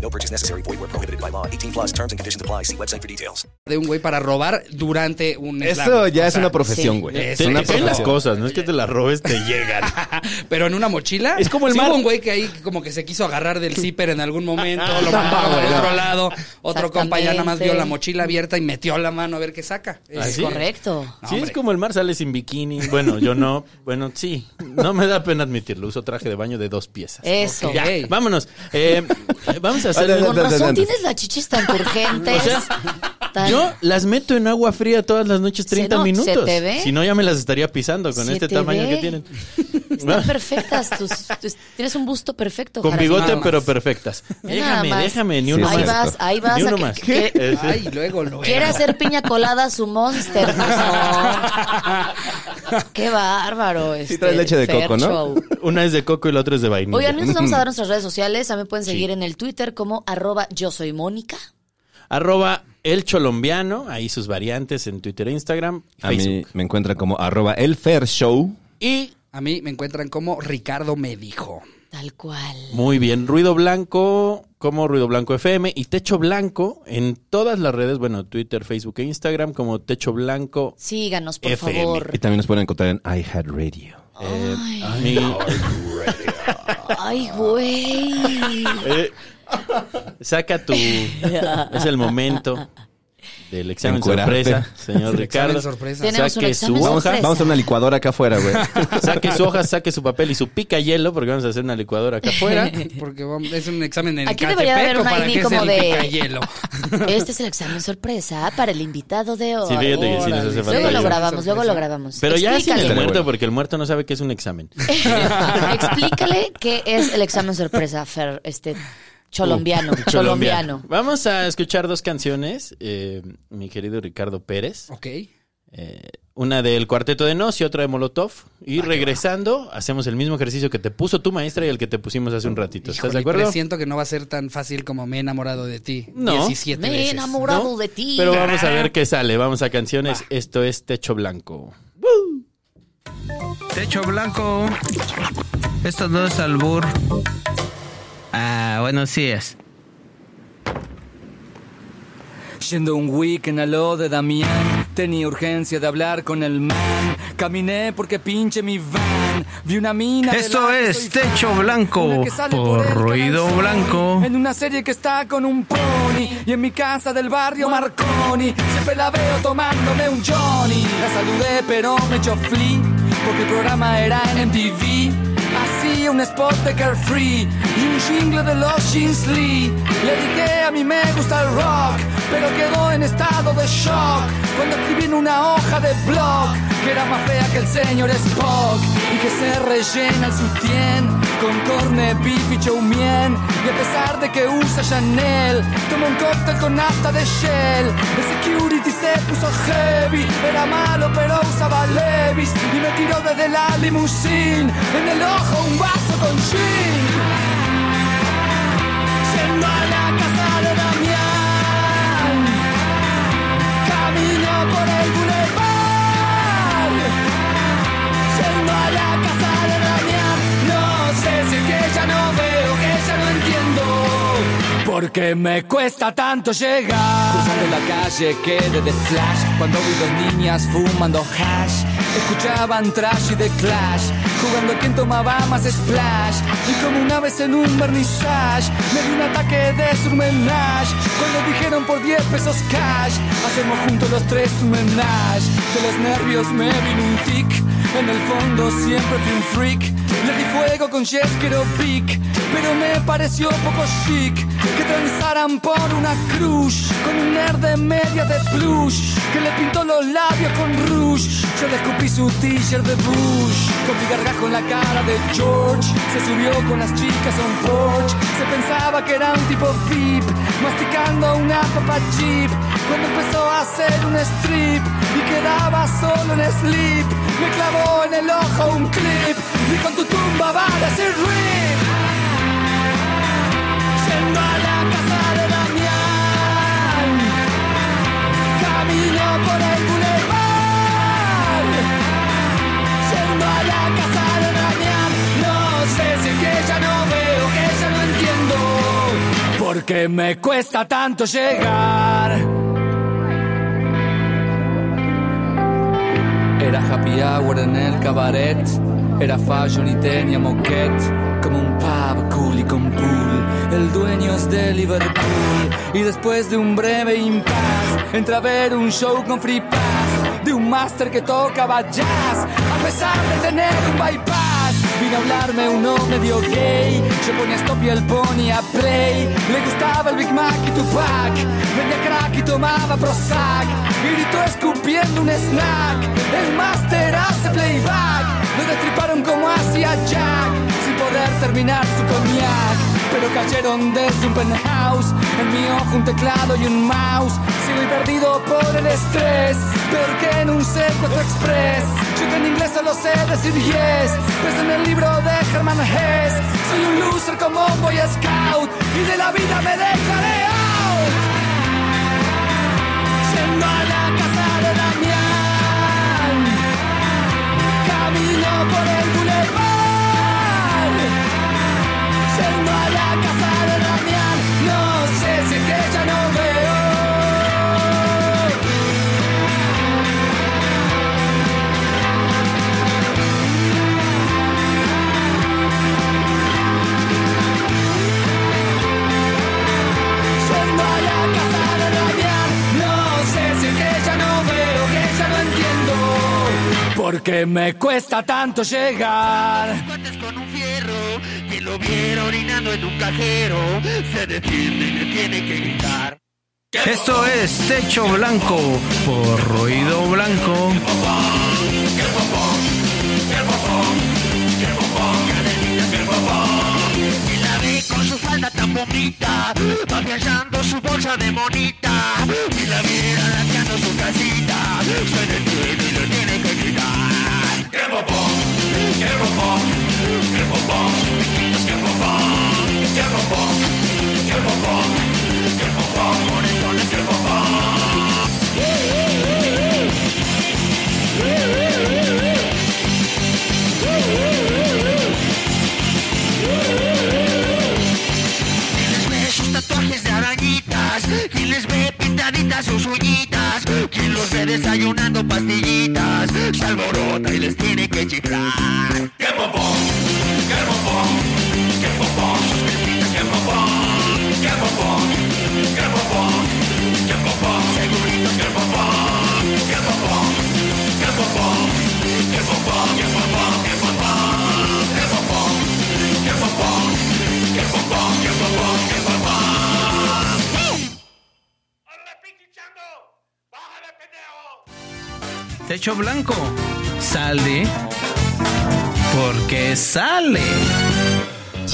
[SPEAKER 14] No purchase necessary. Void where prohibited by law. 18 plus terms and conditions apply. See website for details.
[SPEAKER 4] de un güey para robar durante un
[SPEAKER 6] Eso
[SPEAKER 4] slam.
[SPEAKER 6] ya
[SPEAKER 4] O
[SPEAKER 6] es
[SPEAKER 4] sea,
[SPEAKER 6] una profesión, güey.
[SPEAKER 4] Es
[SPEAKER 6] Te-
[SPEAKER 4] una
[SPEAKER 6] te caen
[SPEAKER 4] profesión.
[SPEAKER 6] las
[SPEAKER 7] Cosas, no es que te las robes, te llegan.
[SPEAKER 4] Pero en una mochila.
[SPEAKER 7] Es como el
[SPEAKER 4] Sí
[SPEAKER 7] mar.
[SPEAKER 4] hubo un güey que ahí como que se quiso agarrar del zipper en algún momento, lo
[SPEAKER 7] No,
[SPEAKER 4] mandó
[SPEAKER 7] güey,
[SPEAKER 4] al
[SPEAKER 7] no.
[SPEAKER 4] otro lado. Otro compa ya nada más vio la
[SPEAKER 5] Exactamente.
[SPEAKER 4] mochila abierta y metió la mano a ver qué saca.
[SPEAKER 7] ¿Ah,
[SPEAKER 4] Es
[SPEAKER 7] sí?
[SPEAKER 5] Correcto.
[SPEAKER 7] sí, es como el mar, sale sin bikini. Bueno, yo no. Bueno, sí. No me da pena admitirlo. Uso traje de baño de dos piezas.
[SPEAKER 5] Eso.
[SPEAKER 7] Ya, vámonos. Eh, vamos a hacer...
[SPEAKER 6] Ay, ay, ay,
[SPEAKER 5] Con razón tienes las chichis tan turgentes. tan-
[SPEAKER 7] Yo las meto en agua fría todas las noches 30
[SPEAKER 5] no, Ah. se
[SPEAKER 7] minutos.
[SPEAKER 5] te ve.
[SPEAKER 7] Si no, ya me las estaría pisando con
[SPEAKER 5] Se
[SPEAKER 7] este
[SPEAKER 5] te
[SPEAKER 7] tamaño
[SPEAKER 5] ve.
[SPEAKER 7] que tienen.
[SPEAKER 5] Están perfectas. tus- tus- tienes un busto perfecto.
[SPEAKER 7] Con
[SPEAKER 5] Jarabe.
[SPEAKER 7] bigote, pero perfectas.
[SPEAKER 5] Ve nada
[SPEAKER 7] Déjame,
[SPEAKER 5] más.
[SPEAKER 7] déjame, ni uno
[SPEAKER 5] Ahí
[SPEAKER 7] más.
[SPEAKER 5] vas, ahí vas
[SPEAKER 7] Ni
[SPEAKER 5] a
[SPEAKER 7] uno
[SPEAKER 5] que-
[SPEAKER 7] más.
[SPEAKER 5] que-
[SPEAKER 7] Eh, sí.
[SPEAKER 4] Ay, luego, luego.
[SPEAKER 5] Quiere hacer piña colada su monster. pues, no. Qué bárbaro.
[SPEAKER 6] Sí
[SPEAKER 5] este,
[SPEAKER 6] traes leche de
[SPEAKER 5] Fer
[SPEAKER 6] coco, ¿no?
[SPEAKER 5] Show.
[SPEAKER 7] Una es de coco y la otra es de vainilla.
[SPEAKER 5] Oigan, nosotros vamos a dar nuestras redes sociales. A mí me pueden seguir en el Twitter como arroba yo soy Mónica.
[SPEAKER 7] Arroba el cholombiano, ahí sus variantes en Twitter e Instagram.
[SPEAKER 6] A mí me encuentran como arroba el fair show.
[SPEAKER 7] Y
[SPEAKER 4] A mí me encuentran como Ricardo me dijo.
[SPEAKER 5] Tal cual.
[SPEAKER 7] Muy bien, Ruido Blanco como Ruido Blanco FM y Techo Blanco en todas las redes, bueno, Twitter, Facebook e Instagram como Techo Blanco.
[SPEAKER 5] Síganos, por
[SPEAKER 7] FM.
[SPEAKER 5] favor.
[SPEAKER 6] Y también nos pueden encontrar en iHeartRadio.
[SPEAKER 7] Eh, mi-
[SPEAKER 5] Ay, güey.
[SPEAKER 7] eh, saca tu... Es el momento del examen
[SPEAKER 6] Encuerarte.
[SPEAKER 7] sorpresa, señor
[SPEAKER 4] El examen
[SPEAKER 7] Ricardo.
[SPEAKER 4] sorpresa.
[SPEAKER 5] Tenemos un
[SPEAKER 7] Saque
[SPEAKER 5] examen
[SPEAKER 7] su
[SPEAKER 6] Vamos a,
[SPEAKER 7] hoja,
[SPEAKER 5] sorpresa.
[SPEAKER 6] vamos a una licuadora acá afuera, güey.
[SPEAKER 7] saque su hoja, saque su papel y su pica hielo porque vamos a hacer una licuadora acá afuera.
[SPEAKER 4] Porque vamos- es un examen en
[SPEAKER 5] Aquí debería haber
[SPEAKER 4] Catepec, ¿o
[SPEAKER 5] una
[SPEAKER 4] para
[SPEAKER 5] ID
[SPEAKER 4] qué es
[SPEAKER 5] como
[SPEAKER 4] el
[SPEAKER 5] de-
[SPEAKER 4] picayelo?
[SPEAKER 5] Este es el examen sorpresa para el invitado de hoy.
[SPEAKER 7] Sí, fíjate que sí nos hace falta
[SPEAKER 5] Luego lo
[SPEAKER 7] ayuda.
[SPEAKER 5] grabamos, luego lo grabamos.
[SPEAKER 7] Pero ya sin el
[SPEAKER 5] Explícale.
[SPEAKER 7] muerto porque el muerto no sabe qué es un examen.
[SPEAKER 5] Explícale qué es el examen sorpresa, Fer, este cholombiano,
[SPEAKER 7] Uh,
[SPEAKER 5] cholombiano.
[SPEAKER 7] Vamos a escuchar dos canciones, eh, mi querido Ricardo Pérez.
[SPEAKER 4] Ok.
[SPEAKER 7] Eh, una del Cuarteto de Nos y otra de Molotov. Y
[SPEAKER 4] Ah,
[SPEAKER 7] regresando, hacemos el mismo ejercicio que te puso tu maestra y el que te pusimos hace un ratito. ¿Estás de
[SPEAKER 4] Híjole,
[SPEAKER 7] acuerdo?
[SPEAKER 4] Presiento que no va a ser tan fácil como me he enamorado de ti.
[SPEAKER 7] No.
[SPEAKER 4] 17
[SPEAKER 5] Me he
[SPEAKER 4] veces.
[SPEAKER 5] enamorado
[SPEAKER 7] ¿No?
[SPEAKER 5] de ti.
[SPEAKER 7] Pero vamos a ver qué sale. Vamos a canciones. Esto es Techo Blanco.
[SPEAKER 3] Techo blanco. Esto no es albur. Ah, buenos días.
[SPEAKER 16] Yendo un weekend a lo de Damián, tenía urgencia de hablar con el man. Caminé porque pinche mi van bien. Vi una mina. de
[SPEAKER 3] Esto
[SPEAKER 16] la que
[SPEAKER 3] es
[SPEAKER 16] soy
[SPEAKER 3] Techo
[SPEAKER 16] fan,
[SPEAKER 3] Blanco
[SPEAKER 16] una que sale por
[SPEAKER 3] por
[SPEAKER 16] el
[SPEAKER 3] Ruido
[SPEAKER 16] canal
[SPEAKER 3] Blanco.
[SPEAKER 16] Sony, En una serie que está con un pony. Y en mi casa del barrio Marconi. Siempre la veo tomándome un Johnny. La saludé, pero me echó flea. Porque el programa era en MTV. Así un spot de Carefree y un jingle de los Jeans Lee. Le dije a mí me gusta el rock, pero quedó en estado de shock cuando escribí en una hoja de blog que era más fea que el señor Spock y que se rellena el sutien con corne, beef y chow mein. Y a pesar de que usa Chanel, toma un cóctel con nafta de Shell. El security se puso heavy, era malo pero usaba Levis y me tiró desde la limusine en el ojo un vaso con gin. Yendo a la casa de Damián, camino por el boulevard. Yendo a la casa de Damián, no sé si es que ya no veo, que ya no entiendo. Porque me cuesta tanto llegar. Cruzando la calle quedé de flash. Cuando vi dos niñas fumando hash. Escuchaban trash y de clash. Jugando a quien tomaba más splash. Y como una vez en un vernissage. Me di un ataque de surmenage. Cuando dijeron por 10 pesos cash. Hacemos juntos los tres surmenage. De los nervios me vino un tic. En el fondo siempre fui un freak. Le di fuego con Yes Quiero Pick, pero me pareció poco chic que transaran por una cruz con un nerd de media de plush que le pintó los labios con rouge. Yo le escupí su t-shirt de Bush con mi gargajo en la cara de George. Se subió con las chicas a un porch. Se pensaba que era un tipo VIP masticando una papa chip cuando empezó a hacer un strip y quedaba solo en sleep. Me clavó en el ojo un clip y con tu tumba va a decir rip. Yendo a la casa de Damián, camino por el boulevard. Yendo a la casa de Damián, no sé si es que ya no veo, que ya no entiendo. Porque me cuesta tanto llegar. Era happy hour en el cabaret. Era fashion y tenía moquette. Como un pub cool y con pool. El dueño es de Liverpool. Y después de un breve impasse, entra a ver un show con free pass. De un master que tocaba jazz. A pesar de tener un bypass. Vino a hablarme uno medio gay. Yo ponía stop y el pony a play. Le gustaba el Big Mac y Tupac. Vendía crack y tomaba Prozac. Gritó escupiendo un snack. El máster hace playback. Lo destriparon como hacía Jack. Sin poder terminar su cognac. Pero cayeron desde un penthouse. En mi ojo un teclado y un mouse. Sigo y perdido por el estrés. Peor que en un secuestro express. Yo que en inglés solo sé decir yes. Pues en el libro de Herman Hess. Soy un loser como un boy scout. Y de la vida me dejaré out. Yendo a la casa de Damián, camino por el boulevard. Yendo a la casa de Damián, no sé si es que ya no veo. Yendo a la casa de Damián, no sé si es que ya no veo, que ya no entiendo. Porque me cuesta tanto llegar.
[SPEAKER 17] Que lo viera orinando en un cajero, se detiene y le tiene que gritar.
[SPEAKER 3] Esto es Techo Blanco por Ruido Blanco.
[SPEAKER 17] Y la vi con su falda tan bonita, va viajando su bolsa de monita. Y la vi arañando su casita, se detiene y le tiene que gritar. ¡Qué bobón! ¡Qué bobón! ¡Qué bobón! ¡Qué bobón! ¡Qué bobón! ¡Qué bobón! ¡Qué bobón! ¡Moretones, qué bobón! Y les ve sus tatuajes de arañitas, quien les ve pintaditas sus uñitas, quien los ve desayunando pastillitas, se alborota y les tiene que chiflar. ¡Qué bobón, qué bobón, qué bobón, qué bobón, qué bobón, qué bobón, qué bobón, segurito qué bobón, qué bobón, qué bobón, qué bobón, qué bobón, qué bobón, qué bobón, qué bobón, qué bobón, qué bobón, qué bobón.
[SPEAKER 3] Techo blanco. Sale. Porque sale.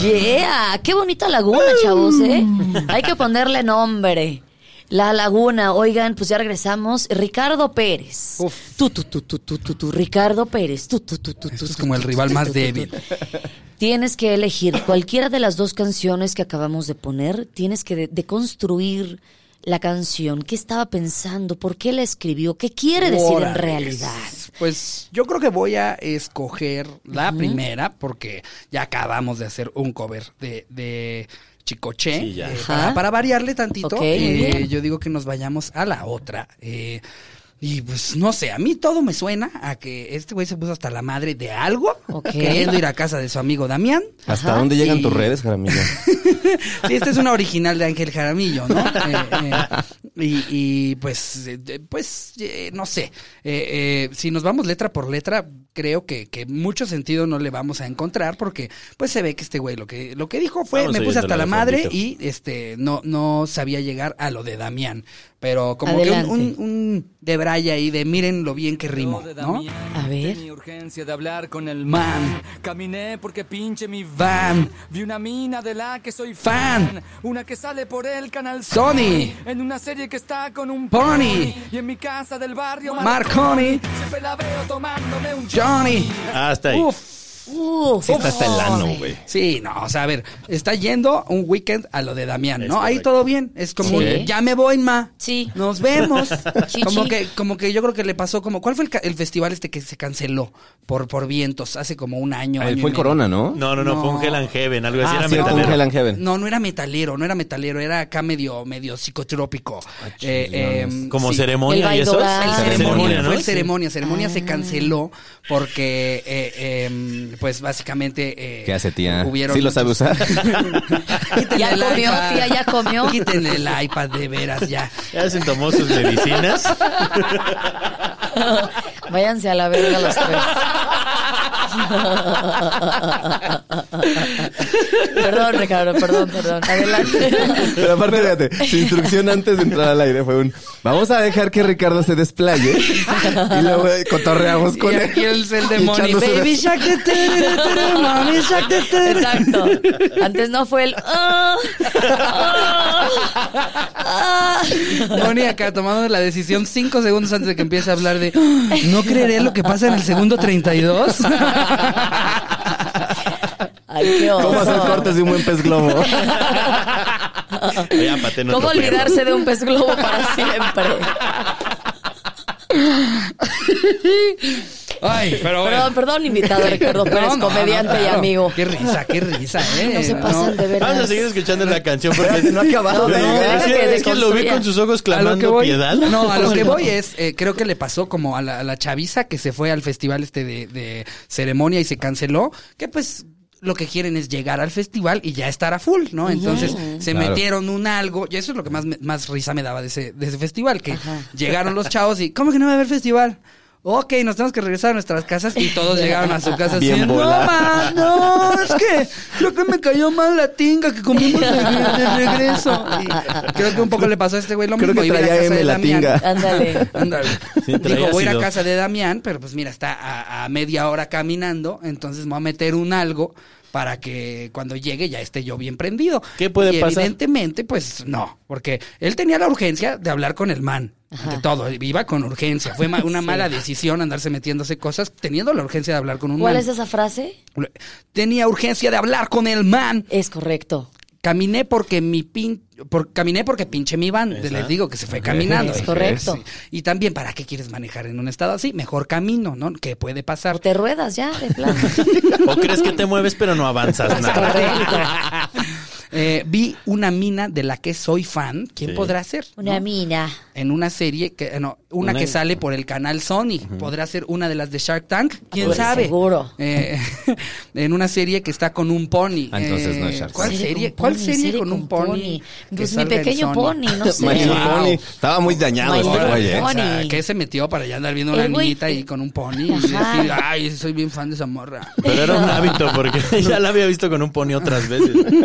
[SPEAKER 5] Yeah, qué bonita laguna, chavos, ¿eh? Hay que ponerle nombre. La laguna, oigan, pues ya regresamos. Ricardo Pérez. Tú, tú, tú, tú, tú, tú, tú, Ricardo Pérez. Tú, tú, tú, tú, tú,
[SPEAKER 4] Este Es
[SPEAKER 5] tú,
[SPEAKER 4] como el
[SPEAKER 5] tú,
[SPEAKER 4] rival
[SPEAKER 5] tú,
[SPEAKER 4] más
[SPEAKER 5] tú, tú, tú,
[SPEAKER 4] débil.
[SPEAKER 5] este. Tienes que elegir cualquiera de las dos canciones que acabamos de poner. Tienes que de- deconstruir la canción. ¿Qué estaba pensando? ¿Por qué la escribió? ¿Qué quiere decir en
[SPEAKER 4] Órale.
[SPEAKER 5] realidad?
[SPEAKER 4] Pues yo creo que voy a escoger la
[SPEAKER 5] Ujú.
[SPEAKER 4] primera porque ya acabamos de hacer un cover de, de Chicoche.
[SPEAKER 7] Sí, ya.
[SPEAKER 4] Eh,
[SPEAKER 7] Ajá.
[SPEAKER 4] para, para variarle tantito,
[SPEAKER 7] Ok, muy
[SPEAKER 4] eh,
[SPEAKER 7] bien.
[SPEAKER 4] yo digo que nos vayamos a la otra. eh, y pues no sé, a mí todo me suena a que este güey se puso hasta la madre de algo, queriendo ir a casa de su amigo Damián.
[SPEAKER 6] ¿Hasta dónde llegan
[SPEAKER 4] Y-
[SPEAKER 6] tus redes, Jaramillo?
[SPEAKER 4] Sí, esta es una original de Ángel Jaramillo, ¿no? Eh, eh, y, y, pues, eh, eh, pues eh, no sé. Eh, eh, si nos vamos letra por letra, creo que, que mucho sentido no le vamos a encontrar porque pues se ve que este güey lo que, lo que dijo fue
[SPEAKER 7] Vamos
[SPEAKER 4] me puse hasta
[SPEAKER 7] oyéndola
[SPEAKER 4] la
[SPEAKER 7] de
[SPEAKER 4] madre y
[SPEAKER 7] fondito.
[SPEAKER 4] este no, no sabía llegar a lo de Damián. Pero como que un,
[SPEAKER 18] Adelante.
[SPEAKER 4] un, un debraye ahí de miren lo bien que rimó, ¿no?
[SPEAKER 5] A ver.
[SPEAKER 18] Tenía urgencia de hablar con el man. Caminé porque pinche mi van. Vi una mina de la que soy fan. Una que sale por el canal
[SPEAKER 4] Sony.
[SPEAKER 18] En una serie que está con un
[SPEAKER 4] Pony.
[SPEAKER 18] Y en mi casa del barrio
[SPEAKER 4] Marconi.
[SPEAKER 18] Siempre la veo tomándome un
[SPEAKER 4] Johnny.
[SPEAKER 7] Ah, está ahí.
[SPEAKER 5] Uf.
[SPEAKER 7] Sí, está hasta el ano, güey.
[SPEAKER 4] Sí, no, o sea, a ver, está yendo un weekend a lo de Damián,
[SPEAKER 7] Es
[SPEAKER 4] ¿no? Ahí
[SPEAKER 7] correcto.
[SPEAKER 4] todo bien, es como,
[SPEAKER 7] Sí.
[SPEAKER 4] un, ya me voy, ma.
[SPEAKER 5] Sí.
[SPEAKER 4] Nos vemos.
[SPEAKER 5] Sí,
[SPEAKER 4] como
[SPEAKER 5] sí.
[SPEAKER 4] que como que yo creo que le pasó como ¿cuál fue el, ca- el festival este que se canceló por por vientos hace como un año?
[SPEAKER 6] Ah,
[SPEAKER 4] año y
[SPEAKER 6] fue el
[SPEAKER 4] medio?
[SPEAKER 6] Corona, ¿no?
[SPEAKER 7] No, no, no, fue un Hell and Heaven, algo así.
[SPEAKER 6] Ah,
[SPEAKER 7] era
[SPEAKER 6] sí,
[SPEAKER 7] metalero.
[SPEAKER 6] fue un Hell and Heaven.
[SPEAKER 4] No, no era metalero, no era metalero, era acá medio medio psicotrópico.
[SPEAKER 6] Ah,
[SPEAKER 4] Eh, eh,
[SPEAKER 7] Como ceremonia
[SPEAKER 4] El
[SPEAKER 7] y esos.
[SPEAKER 4] Baidora. El
[SPEAKER 7] Ceremonia,
[SPEAKER 4] ceremonia,
[SPEAKER 7] ¿no?
[SPEAKER 4] fue el
[SPEAKER 7] Sí.
[SPEAKER 4] ceremonia, ceremonia
[SPEAKER 5] Ah.
[SPEAKER 4] se canceló porque eh, eh, pues básicamente eh,
[SPEAKER 6] ¿Qué hace, tía?
[SPEAKER 4] Hubieron-
[SPEAKER 6] ¿Sí lo sabe usar?
[SPEAKER 5] Ya
[SPEAKER 4] el
[SPEAKER 5] comió,
[SPEAKER 4] iPad.
[SPEAKER 5] tía, ya comió.
[SPEAKER 4] Quítenle el iPad de veras ya.
[SPEAKER 7] Ya se tomó sus medicinas.
[SPEAKER 5] Váyanse a la verga los tres. perdón, Ricardo, perdón, perdón. Adelante.
[SPEAKER 6] Pero aparte, fíjate, su instrucción antes de entrar al aire fue un... Vamos a dejar que Ricardo se desplaye y luego eh, cotorreamos con
[SPEAKER 4] y
[SPEAKER 6] él.
[SPEAKER 4] aquí el, el
[SPEAKER 6] Y
[SPEAKER 4] demonio.
[SPEAKER 6] echándose
[SPEAKER 4] Baby
[SPEAKER 6] de-
[SPEAKER 4] Shark, te, te, te, te, mami Shark, te, te.
[SPEAKER 5] Exacto. Antes no fue el. "Ah, ah, ah".
[SPEAKER 4] Moni acá tomando la decisión cinco segundos antes de que empiece a hablar de no creeré lo que pasa en el segundo 32.
[SPEAKER 5] Ay, qué oso.
[SPEAKER 6] ¿Cómo hacer cortes de un buen pez globo?
[SPEAKER 7] Oye, apate en otro
[SPEAKER 5] ¿Cómo
[SPEAKER 7] perro.
[SPEAKER 5] olvidarse de un pez globo para siempre?
[SPEAKER 4] Ay, pero bueno.
[SPEAKER 5] Perdón, perdón, invitado Ricardo Pérez,
[SPEAKER 4] No, no,
[SPEAKER 5] comediante
[SPEAKER 4] no,
[SPEAKER 5] y
[SPEAKER 4] claro.
[SPEAKER 5] amigo.
[SPEAKER 4] Qué risa, qué risa, eh.
[SPEAKER 5] No se pasan de veras.
[SPEAKER 7] Vamos a seguir escuchando la canción porque
[SPEAKER 6] No ha acabado de
[SPEAKER 7] No,
[SPEAKER 6] llegar.
[SPEAKER 7] es, que, es que lo vi con sus ojos
[SPEAKER 4] A lo que
[SPEAKER 7] clamando
[SPEAKER 4] voy-
[SPEAKER 7] piedad.
[SPEAKER 4] No, a lo que voy es, eh, creo que le pasó como a la, a la chaviza que se fue al festival este de, de ceremonia y se canceló, que pues lo que quieren es llegar al festival y ya estar a full, ¿no? Entonces se
[SPEAKER 6] Claro.
[SPEAKER 4] metieron un algo, y eso es lo que más, me- más risa me daba de ese, de ese festival, que llegaron los chavos y, ¿cómo que no va a haber festival? Ok, nos tenemos que regresar a nuestras casas y todos llegaron a su casa
[SPEAKER 6] Bien
[SPEAKER 4] así, no,
[SPEAKER 6] volada.
[SPEAKER 4] ma, no, es que creo que me cayó mal la tinga que comimos de, de regreso. Y creo que un poco le pasó a este güey lo
[SPEAKER 6] Creo
[SPEAKER 4] mismo,
[SPEAKER 6] que
[SPEAKER 4] iba a
[SPEAKER 6] traía
[SPEAKER 4] casa
[SPEAKER 6] M
[SPEAKER 4] de
[SPEAKER 6] la
[SPEAKER 4] Damián.
[SPEAKER 6] tinga.
[SPEAKER 5] Ándale.
[SPEAKER 4] Ándale.
[SPEAKER 7] traía
[SPEAKER 4] Digo, voy a ir a
[SPEAKER 7] ácido.
[SPEAKER 4] casa de Damián, pero pues mira, está a, a media hora caminando, entonces me voy a meter un algo para que cuando llegue ya esté yo bien prendido.
[SPEAKER 7] ¿Qué puede
[SPEAKER 4] Y
[SPEAKER 7] pasar?
[SPEAKER 4] Evidentemente, pues no, porque él tenía la urgencia de hablar con el man. De todo, iba con urgencia. Fue ma- una
[SPEAKER 5] Sí.
[SPEAKER 4] mala decisión andarse metiéndose cosas teniendo la urgencia de hablar con un
[SPEAKER 5] ¿Cuál
[SPEAKER 4] man.
[SPEAKER 5] es esa frase?
[SPEAKER 4] Tenía urgencia de hablar con el man.
[SPEAKER 5] Es correcto.
[SPEAKER 4] Caminé porque mi pin, por, caminé porque pinche mi van,
[SPEAKER 7] Esa.
[SPEAKER 4] les digo que se fue
[SPEAKER 7] Ok.
[SPEAKER 4] caminando.
[SPEAKER 5] Es correcto.
[SPEAKER 4] Sí. Y también, ¿para qué quieres manejar en un estado así? Mejor camino, ¿no? Que puede pasar.
[SPEAKER 5] Te ruedas ya, de plano.
[SPEAKER 7] O crees que te mueves pero no avanzas nada.
[SPEAKER 4] Eh, vi una mina de la que soy fan. ¿Quién
[SPEAKER 7] Sí.
[SPEAKER 4] podrá ser?
[SPEAKER 5] Una
[SPEAKER 4] no?
[SPEAKER 5] mina.
[SPEAKER 4] En una serie que, eh, no, una
[SPEAKER 5] Una-
[SPEAKER 4] que sale por el canal Sony. Podrá ser una de las de Shark Tank. ¿Quién
[SPEAKER 5] Pues,
[SPEAKER 4] sabe?
[SPEAKER 5] seguro.
[SPEAKER 4] Eh, en una serie que está con un pony.
[SPEAKER 6] Ah, entonces no es
[SPEAKER 4] Eh,
[SPEAKER 6] Shark
[SPEAKER 4] ¿Cuál
[SPEAKER 6] Tank.
[SPEAKER 4] serie? ¿Cuál
[SPEAKER 5] pony,
[SPEAKER 4] serie
[SPEAKER 5] serie
[SPEAKER 4] con un
[SPEAKER 5] con
[SPEAKER 4] pony?
[SPEAKER 5] pony.
[SPEAKER 4] que
[SPEAKER 5] Pues, mi
[SPEAKER 4] salga en
[SPEAKER 5] pequeño
[SPEAKER 4] Sony?
[SPEAKER 5] pony, no sé.
[SPEAKER 6] Maestro
[SPEAKER 4] Wow.
[SPEAKER 6] Pony. Estaba muy dañado este
[SPEAKER 4] Órale,
[SPEAKER 6] güey, ¿eh?
[SPEAKER 4] o sea, ¿Qué se metió para allá andar viendo
[SPEAKER 5] El
[SPEAKER 4] una
[SPEAKER 5] güey-
[SPEAKER 4] niñita ahí con un pony? Y
[SPEAKER 5] Ajá.
[SPEAKER 4] decir, ay, soy bien fan de esa morra.
[SPEAKER 7] Pero era un hábito porque ya la había visto con un pony otras veces.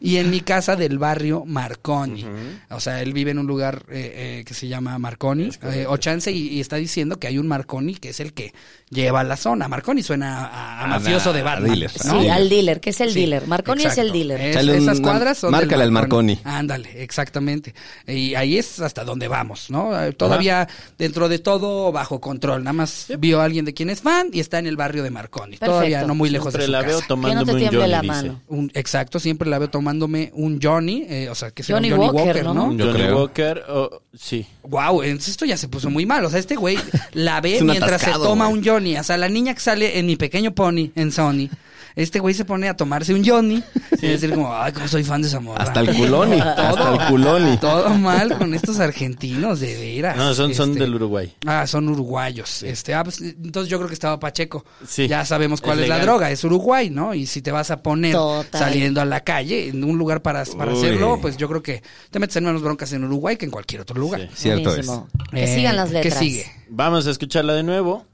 [SPEAKER 4] Y en mi casa del barrio Marconi. O sea, él vive en un lugar eh, eh, que se llama Marconi, eh, o chance, y, y está diciendo que hay un Marconi que es el que lleva la zona. Marconi suena a, a
[SPEAKER 6] Ah,
[SPEAKER 4] mafioso
[SPEAKER 6] nah,
[SPEAKER 4] de
[SPEAKER 6] a
[SPEAKER 4] Batman.
[SPEAKER 6] dealer,
[SPEAKER 4] ¿no?
[SPEAKER 5] Sí, al dealer, que es el
[SPEAKER 4] Sí,
[SPEAKER 5] dealer. Marconi es el
[SPEAKER 4] exacto.
[SPEAKER 5] dealer.
[SPEAKER 4] Es-
[SPEAKER 6] Chale, un-
[SPEAKER 4] esas cuadras son
[SPEAKER 6] márcale
[SPEAKER 4] del
[SPEAKER 6] al Marconi.
[SPEAKER 4] Ándale, exactamente. Y ahí es hasta donde vamos, ¿no? Eh, Todavía dentro de todo bajo control. Nada más vio a alguien de quien es fan y está en el barrio de Marconi.
[SPEAKER 5] Perfecto.
[SPEAKER 4] Todavía no muy lejos de
[SPEAKER 7] Siempre
[SPEAKER 4] su
[SPEAKER 7] la
[SPEAKER 4] casa.
[SPEAKER 7] veo tomándome
[SPEAKER 5] te
[SPEAKER 7] un
[SPEAKER 5] tiemble
[SPEAKER 7] Johnny,
[SPEAKER 5] la
[SPEAKER 7] dice.
[SPEAKER 5] mano.
[SPEAKER 4] Un- exacto, siempre la veo tomándome un Johnny, eh, o sea, que sea
[SPEAKER 5] Johnny
[SPEAKER 4] un Johnny Walker,
[SPEAKER 5] Walker,
[SPEAKER 4] ¿no?
[SPEAKER 5] ¿no?
[SPEAKER 7] Un
[SPEAKER 6] Yo
[SPEAKER 7] Johnny
[SPEAKER 6] creo.
[SPEAKER 7] Walker, o- oh, sí.
[SPEAKER 4] Wow, entonces esto ya se puso muy mal. O sea, este güey la ve
[SPEAKER 6] Es un
[SPEAKER 4] mientras
[SPEAKER 6] atascado,
[SPEAKER 4] se toma
[SPEAKER 6] güey.
[SPEAKER 4] un Johnny. O sea, la niña que sale en mi pequeño pony, en Sony. Este güey se pone a tomarse un Johnny y decir como, ay, como soy fan de esa morra.
[SPEAKER 6] Hasta el culoni. hasta el culoni.
[SPEAKER 4] Todo mal con estos argentinos, de veras.
[SPEAKER 7] No, son, son
[SPEAKER 4] Este,
[SPEAKER 7] del Uruguay.
[SPEAKER 4] Ah, son uruguayos. Este, ah, pues, entonces yo creo que estaba Pacheco.
[SPEAKER 7] Sí.
[SPEAKER 4] Ya sabemos cuál
[SPEAKER 7] Es
[SPEAKER 4] es, la
[SPEAKER 7] legal.
[SPEAKER 4] droga, es Uruguay, ¿no? Y si te vas a poner
[SPEAKER 5] Total.
[SPEAKER 4] saliendo a la calle en un lugar para, para
[SPEAKER 6] Uy.
[SPEAKER 4] hacerlo, pues yo creo que te metes en menos broncas en Uruguay que en cualquier otro lugar.
[SPEAKER 7] Sí.
[SPEAKER 6] Cierto es.
[SPEAKER 5] Buenísimo. Que
[SPEAKER 4] Eh,
[SPEAKER 5] sigan las
[SPEAKER 4] ¿qué
[SPEAKER 5] letras.
[SPEAKER 4] sigue?
[SPEAKER 7] Vamos a escucharla de nuevo.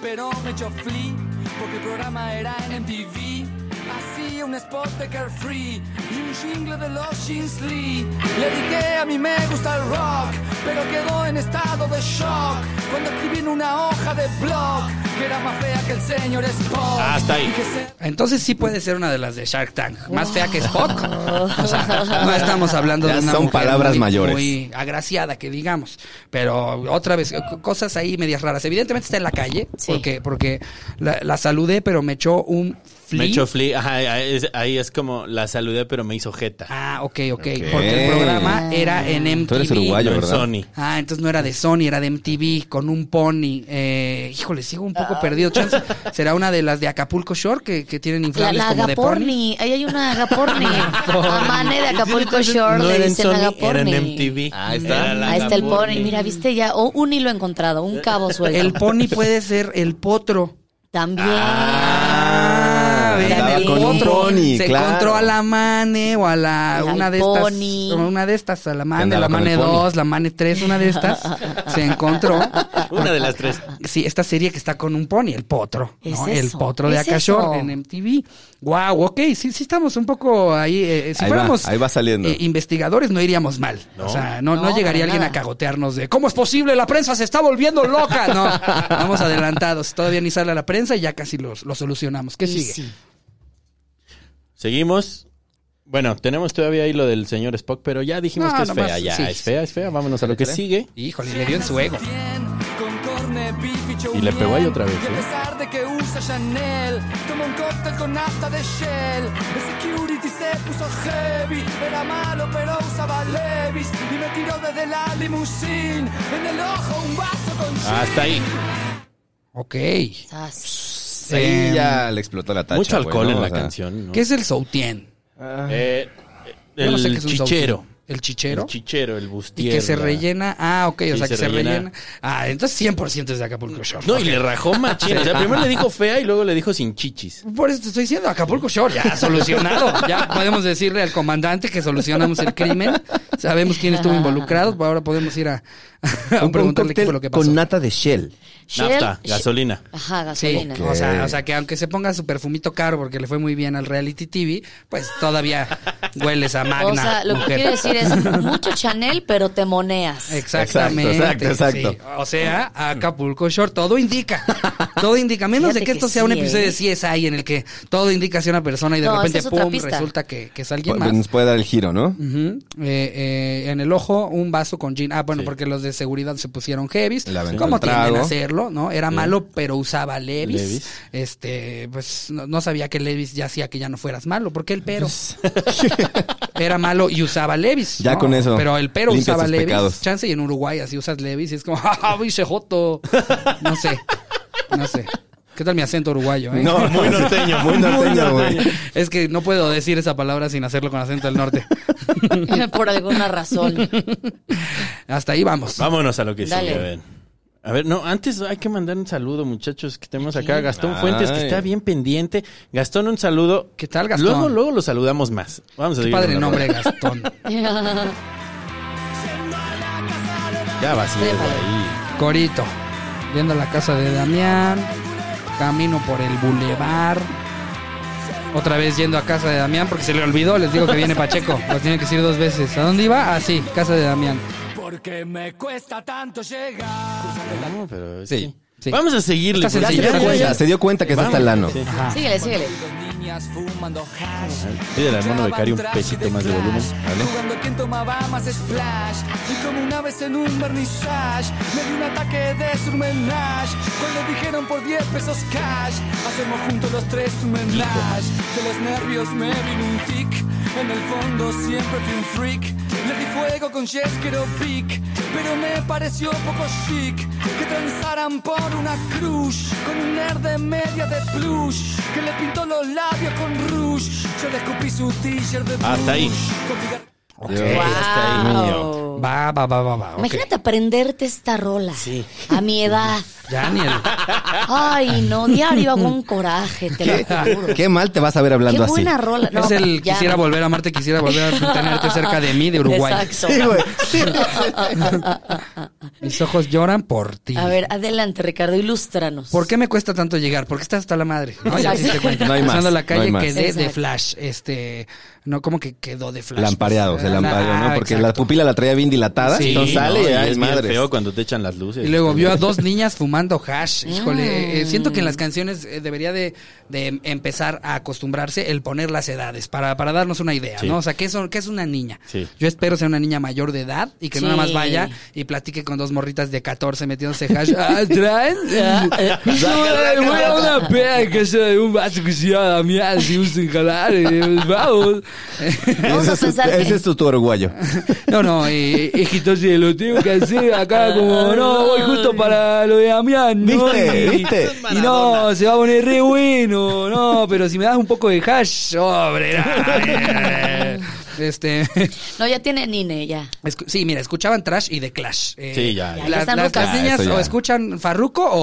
[SPEAKER 18] Pero me echó flea porque el programa era en MTV. Hacía un spot de Carefree y un jingle de los Jeans Lee. Le dije a mí me gusta el rock, pero quedó en estado de shock cuando escribí en una hoja de blog que era más fea que el señor Spock.
[SPEAKER 7] Hasta ahí.
[SPEAKER 18] Y que se-
[SPEAKER 4] Entonces sí puede ser una de las de Shark Tank. Más fea que Spock. O sea, no estamos hablando
[SPEAKER 6] Ya
[SPEAKER 4] de una
[SPEAKER 6] son
[SPEAKER 4] mujer
[SPEAKER 6] palabras
[SPEAKER 4] muy-
[SPEAKER 6] mayores.
[SPEAKER 4] muy agraciada que digamos. Pero otra vez, c- cosas ahí medias raras. Evidentemente está en la calle,
[SPEAKER 5] Sí.
[SPEAKER 4] porque, porque la, la saludé, pero me echó un flea.
[SPEAKER 7] Me echó flea. Ajá, ahí es, ahí es como la saludé, pero me hizo jeta.
[SPEAKER 4] Ah, ok, ok. Porque el programa
[SPEAKER 5] Ah.
[SPEAKER 4] era en MTV.
[SPEAKER 6] Tú eres uruguayo,
[SPEAKER 7] No, en
[SPEAKER 6] ¿verdad?
[SPEAKER 7] Sony.
[SPEAKER 4] Ah, entonces no era de Sony, era de MTV con un pony. Eh, híjole, sigo un
[SPEAKER 5] Ah.
[SPEAKER 4] poco perdido. Chance, será una de las de Acapulco Shore que, que
[SPEAKER 5] Ah,
[SPEAKER 4] tienen
[SPEAKER 5] La,
[SPEAKER 4] inflables
[SPEAKER 5] la
[SPEAKER 4] como de pony.
[SPEAKER 5] Agaporni, ahí hay una Agaporni. Amane de Acapulco Shore,
[SPEAKER 7] No
[SPEAKER 5] le
[SPEAKER 7] era en
[SPEAKER 5] dicen
[SPEAKER 7] Sony, era en
[SPEAKER 5] Agaporni.
[SPEAKER 7] MTV.
[SPEAKER 6] Ahí está.
[SPEAKER 7] Era la
[SPEAKER 5] Ahí está el
[SPEAKER 7] Agaporni.
[SPEAKER 5] pony. Mira, viste ya, o un hilo encontrado, un cabo suelto.
[SPEAKER 4] El pony puede ser el potro.
[SPEAKER 5] También.
[SPEAKER 4] Ah, ven,
[SPEAKER 6] andaba
[SPEAKER 4] el
[SPEAKER 6] con un
[SPEAKER 4] potro.
[SPEAKER 6] pony,
[SPEAKER 4] se
[SPEAKER 6] claro.
[SPEAKER 4] encontró a la mane o a la
[SPEAKER 5] Al
[SPEAKER 4] una de
[SPEAKER 5] pony.
[SPEAKER 4] estas, una de estas, a la mane,
[SPEAKER 6] andaba
[SPEAKER 4] la
[SPEAKER 6] con
[SPEAKER 4] mane
[SPEAKER 6] el pony.
[SPEAKER 4] 2, la mane 3, una de estas se encontró
[SPEAKER 7] Una de las tres.
[SPEAKER 4] sí, esta serie que está con un pony, el potro, ¿no?
[SPEAKER 5] Es
[SPEAKER 4] el
[SPEAKER 5] eso,
[SPEAKER 4] potro de
[SPEAKER 5] es eso.
[SPEAKER 4] Acashore en MTV. Wow, ok, sí, sí estamos un poco ahí. eh, eh, si
[SPEAKER 6] Ahí va,
[SPEAKER 4] fuéramos
[SPEAKER 6] ahí va saliendo.
[SPEAKER 4] eh, investigadores, no iríamos mal. O sea, no, no
[SPEAKER 5] No,
[SPEAKER 4] llegaría
[SPEAKER 5] para
[SPEAKER 4] alguien a
[SPEAKER 5] nada.
[SPEAKER 4] cagotearnos de cómo es posible, la prensa se está volviendo loca. No, vamos adelantados. Todavía ni sale a la prensa y ya casi los- lo solucionamos. ¿Qué
[SPEAKER 5] Y
[SPEAKER 4] sigue?
[SPEAKER 5] sí.
[SPEAKER 7] Seguimos. Bueno, tenemos todavía ahí lo del señor Spock, pero ya dijimos
[SPEAKER 4] No,
[SPEAKER 7] que es
[SPEAKER 4] nomás,
[SPEAKER 7] fea. Ya,
[SPEAKER 4] sí.
[SPEAKER 7] es fea, es fea. Vámonos a lo que sigue.
[SPEAKER 4] Híjole, le dio en su ego.
[SPEAKER 18] Bien, con corne, beef chow
[SPEAKER 7] Y le pegó ahí
[SPEAKER 18] mein.
[SPEAKER 7] otra vez,
[SPEAKER 18] Y a
[SPEAKER 7] ¿eh?
[SPEAKER 18] pesar de que usa Chanel, toma un cóctel con nafta de Shell. El security se puso heavy, era malo pero usaba Levis. Y me tiró desde la limusín, en el ojo un vaso con
[SPEAKER 7] Hasta Ah, ahí.
[SPEAKER 4] Ok. Em,
[SPEAKER 5] Sas.
[SPEAKER 6] Sí, ya le explotó la tacha.
[SPEAKER 7] Em, Mucho alcohol
[SPEAKER 6] güey,
[SPEAKER 7] en
[SPEAKER 6] ¿no?
[SPEAKER 7] la
[SPEAKER 6] O sea, Ah.
[SPEAKER 7] canción. ¿no?
[SPEAKER 4] ¿Qué es el Soutien?
[SPEAKER 7] Eh,
[SPEAKER 4] Yo
[SPEAKER 7] el
[SPEAKER 4] no sé qué es un
[SPEAKER 7] chichero.
[SPEAKER 4] Soutien. ¿El chichero?
[SPEAKER 7] El chichero, el bustier.
[SPEAKER 4] Y que se
[SPEAKER 7] la-
[SPEAKER 4] rellena. Ah, ok, o
[SPEAKER 7] Sí,
[SPEAKER 4] sea que
[SPEAKER 7] se
[SPEAKER 4] se rellena.
[SPEAKER 7] rellena.
[SPEAKER 4] Ah, entonces 100% es de Acapulco Shore.
[SPEAKER 7] No, y le rajó machín. O sea, primero le dijo fea y luego le dijo sin chichis.
[SPEAKER 4] Por eso te estoy diciendo, Acapulco Shore, ya solucionado. ya podemos decirle al comandante que solucionamos el crimen. Sabemos quién estuvo involucado. Ahora podemos ir a, a
[SPEAKER 6] Un, un
[SPEAKER 4] preguntarle qué
[SPEAKER 6] cóctel
[SPEAKER 4] fue lo que pasó.
[SPEAKER 6] con nata de Shell.
[SPEAKER 5] Shell-
[SPEAKER 7] Nafta,
[SPEAKER 5] Shell-
[SPEAKER 7] gasolina.
[SPEAKER 5] Ajá,
[SPEAKER 4] Sí,
[SPEAKER 5] gasolina.
[SPEAKER 4] o, sea, o sea que aunque se ponga su perfumito caro porque le fue muy bien al reality TV, pues todavía hueles a magna.
[SPEAKER 5] O sea, lo que
[SPEAKER 4] mujer.
[SPEAKER 5] quiero decir es mucho Chanel, pero te moneas.
[SPEAKER 4] Exactamente.
[SPEAKER 6] Exacto, exacto,
[SPEAKER 4] sí.
[SPEAKER 6] exacto.
[SPEAKER 4] O sea, Acapulco Shore, todo indica. Todo indica. Menos
[SPEAKER 5] Fíjate
[SPEAKER 4] de que esto
[SPEAKER 5] que
[SPEAKER 4] sea un
[SPEAKER 5] sí,
[SPEAKER 4] episodio
[SPEAKER 5] ¿eh?
[SPEAKER 4] de CSI en el que todo indica hacia una persona y de
[SPEAKER 5] No, esa
[SPEAKER 4] repente,
[SPEAKER 5] es otra
[SPEAKER 4] pum,
[SPEAKER 5] pista.
[SPEAKER 4] resulta que, que es alguien
[SPEAKER 6] Pu-
[SPEAKER 4] más.
[SPEAKER 6] pues, Nos puede dar el giro, ¿no?
[SPEAKER 4] Ujú. Eh, eh, en el ojo, un vaso con gin. Ah, bueno, porque los de seguridad se pusieron heavies.
[SPEAKER 6] Le aventó
[SPEAKER 4] ¿Cómo
[SPEAKER 6] el
[SPEAKER 4] tienden
[SPEAKER 6] trago.
[SPEAKER 4] a hacerlo? ¿No? Era malo, pero usaba Levis.
[SPEAKER 7] Levis.
[SPEAKER 4] Este, pues no, no sabía que Levis ya hacía que ya no fueras malo. ¿Por qué el pero? Era malo y usaba Levis.
[SPEAKER 6] Ya
[SPEAKER 4] ¿no?
[SPEAKER 6] con eso
[SPEAKER 4] Pero el pero
[SPEAKER 6] limpia
[SPEAKER 4] usaba
[SPEAKER 6] sus
[SPEAKER 4] Levis.
[SPEAKER 6] pecados.
[SPEAKER 4] Chance y en Uruguay así usas Levis y es como, ¡ah, biche joto! No sé. No sé. ¿Qué tal mi acento uruguayo? eh?
[SPEAKER 6] No, muy norteño, muy norteño, güey.
[SPEAKER 4] Es que no puedo decir esa palabra sin hacerlo con acento del norte.
[SPEAKER 5] Por alguna razón.
[SPEAKER 4] Hasta ahí vamos.
[SPEAKER 7] Vámonos a lo que
[SPEAKER 5] Dale.
[SPEAKER 7] sigue. A ver. A ver, no, antes hay que mandar un saludo, muchachos, que tenemos acá.
[SPEAKER 5] quién?
[SPEAKER 7] Gastón Fuentes, que
[SPEAKER 5] Ay.
[SPEAKER 7] está bien pendiente. Gastón, un saludo. ¿Qué tal, Gastón? Luego, luego lo saludamos más. Vamos a
[SPEAKER 4] Qué
[SPEAKER 7] seguir
[SPEAKER 4] padre
[SPEAKER 7] con la
[SPEAKER 4] nombre,
[SPEAKER 7] rola.
[SPEAKER 4] Gastón.
[SPEAKER 7] Ya va siendo
[SPEAKER 4] Déjalo.
[SPEAKER 7] ahí.
[SPEAKER 4] Corito. Viendo la casa de Damián. Camino por el bulevar. Otra vez yendo a casa de Damián porque se le olvidó. Les digo que viene Pacheco. Lo tiene que decir dos veces. ¿A dónde iba? Ah, sí, casa de Damián.
[SPEAKER 18] Porque me cuesta tanto llegar.
[SPEAKER 7] No, pero es que- Vamos a seguirle.
[SPEAKER 6] Está
[SPEAKER 7] porque
[SPEAKER 6] sencillo,
[SPEAKER 7] ya-
[SPEAKER 6] se dio
[SPEAKER 7] ya-
[SPEAKER 6] cuenta,
[SPEAKER 7] ya-
[SPEAKER 6] se dio cuenta que está hasta el
[SPEAKER 7] Vamos.
[SPEAKER 6] ano.
[SPEAKER 7] Sí.
[SPEAKER 5] Síguele, síguele.
[SPEAKER 18] Niñas fumando hash.
[SPEAKER 7] Pide al hermano de Cari un pesito más de volumen. ¿vale?
[SPEAKER 18] Jugando a quien tomaba más splash. Y como una vez en un vernissage, me dio un ataque de surmenage. Cuando dijeron por 10 pesos cash, hacemos juntos los tres surmenage. De los nervios me vino un tic. En el fondo siempre fui un freak. Le di fuego con yes, quiero pic. Pero me pareció poco chic que transaran por una cruz. Con un nerd de media de plush que le pintó los labios con rouge. Yo le escupí su t-shirt de
[SPEAKER 7] Hasta ahí.
[SPEAKER 6] este
[SPEAKER 18] Wow.
[SPEAKER 7] Hasta ahí.
[SPEAKER 5] Wow.
[SPEAKER 4] Va, va, va, va, va. ok.
[SPEAKER 5] Imagínate aprenderte esta rola. A mi edad.
[SPEAKER 4] Daniel.
[SPEAKER 5] Ay, no, diario hago un coraje, te lo juro.
[SPEAKER 6] ¿Qué, qué mal te vas a ver
[SPEAKER 5] Qué
[SPEAKER 6] hablando así.
[SPEAKER 5] buena rola. No,
[SPEAKER 4] es el
[SPEAKER 5] ya.
[SPEAKER 4] quisiera volver a amarte, quisiera volver a tenerte cerca de mí, de Uruguay.
[SPEAKER 5] Exacto.
[SPEAKER 6] Sí, güey.
[SPEAKER 4] Mis ojos lloran por ti.
[SPEAKER 5] A ver, adelante, Ricardo, ilústranos.
[SPEAKER 4] ¿Por qué me cuesta tanto llegar? Porque estás hasta la madre. No, ya te diste cuenta.
[SPEAKER 6] No hay más,
[SPEAKER 4] Cruzando la
[SPEAKER 6] no
[SPEAKER 4] calle
[SPEAKER 6] hay más.
[SPEAKER 4] quedé de
[SPEAKER 6] Exacto.
[SPEAKER 4] flash. Este, no, como que quedó de flash. pues.
[SPEAKER 6] Lampareado, se lampareó,
[SPEAKER 4] Ah,
[SPEAKER 6] ¿no? Porque
[SPEAKER 4] exacto.
[SPEAKER 6] la pupila la traía bien dilatada.
[SPEAKER 4] Sí,
[SPEAKER 6] entonces sale
[SPEAKER 7] no,
[SPEAKER 6] y
[SPEAKER 7] y
[SPEAKER 6] ay,
[SPEAKER 7] es bien
[SPEAKER 6] madre.
[SPEAKER 7] feo cuando te echan las luces.
[SPEAKER 4] Y luego vio a dos niñas fumando hash. Híjole, eh, eh, siento que en
[SPEAKER 5] Mm.
[SPEAKER 4] las canciones eh, debería de, de em, empezar a acostumbrarse el poner las edades para, para darnos una idea,
[SPEAKER 7] Sí.
[SPEAKER 4] ¿no? O sea, ¿qué es, qué es una niña?
[SPEAKER 7] Sí.
[SPEAKER 4] Yo espero ser una niña mayor de edad y que no
[SPEAKER 5] Sí.
[SPEAKER 4] nada más vaya y platique con dos morritas de 14 metiéndose hash. Ah, ¿Traen? Ah, eh,
[SPEAKER 5] Saca,
[SPEAKER 4] voy a
[SPEAKER 5] saca.
[SPEAKER 4] una peda en casa de un vato que se llama Damián, si gustan jalar, eh, vamos.
[SPEAKER 5] Vamos
[SPEAKER 6] Ese
[SPEAKER 5] a
[SPEAKER 6] es tu-
[SPEAKER 5] pensar que...
[SPEAKER 6] Ese es tu, tu uruguayo.
[SPEAKER 4] No, no, eh, hijito, sí, lo tengo que hacer acá como, no, voy justo para lo de Damián, ¿no?
[SPEAKER 6] ¿Viste?
[SPEAKER 4] Y-
[SPEAKER 6] ¿Viste?
[SPEAKER 4] Y no, se va a poner re bueno, no, pero si me das un poco de hash, hombre, nah, eh, este...
[SPEAKER 5] No, ya tiene Nine, ya.
[SPEAKER 4] escu- Sí, mira, escuchaban Trash y The Clash. eh,
[SPEAKER 7] Sí, ya, ya.
[SPEAKER 4] la-
[SPEAKER 7] Ya
[SPEAKER 4] Las,
[SPEAKER 5] están Ah, rucas.
[SPEAKER 4] las
[SPEAKER 7] Ya,
[SPEAKER 4] niñas
[SPEAKER 7] Ah, eso ya.
[SPEAKER 4] o escuchan Farruko o,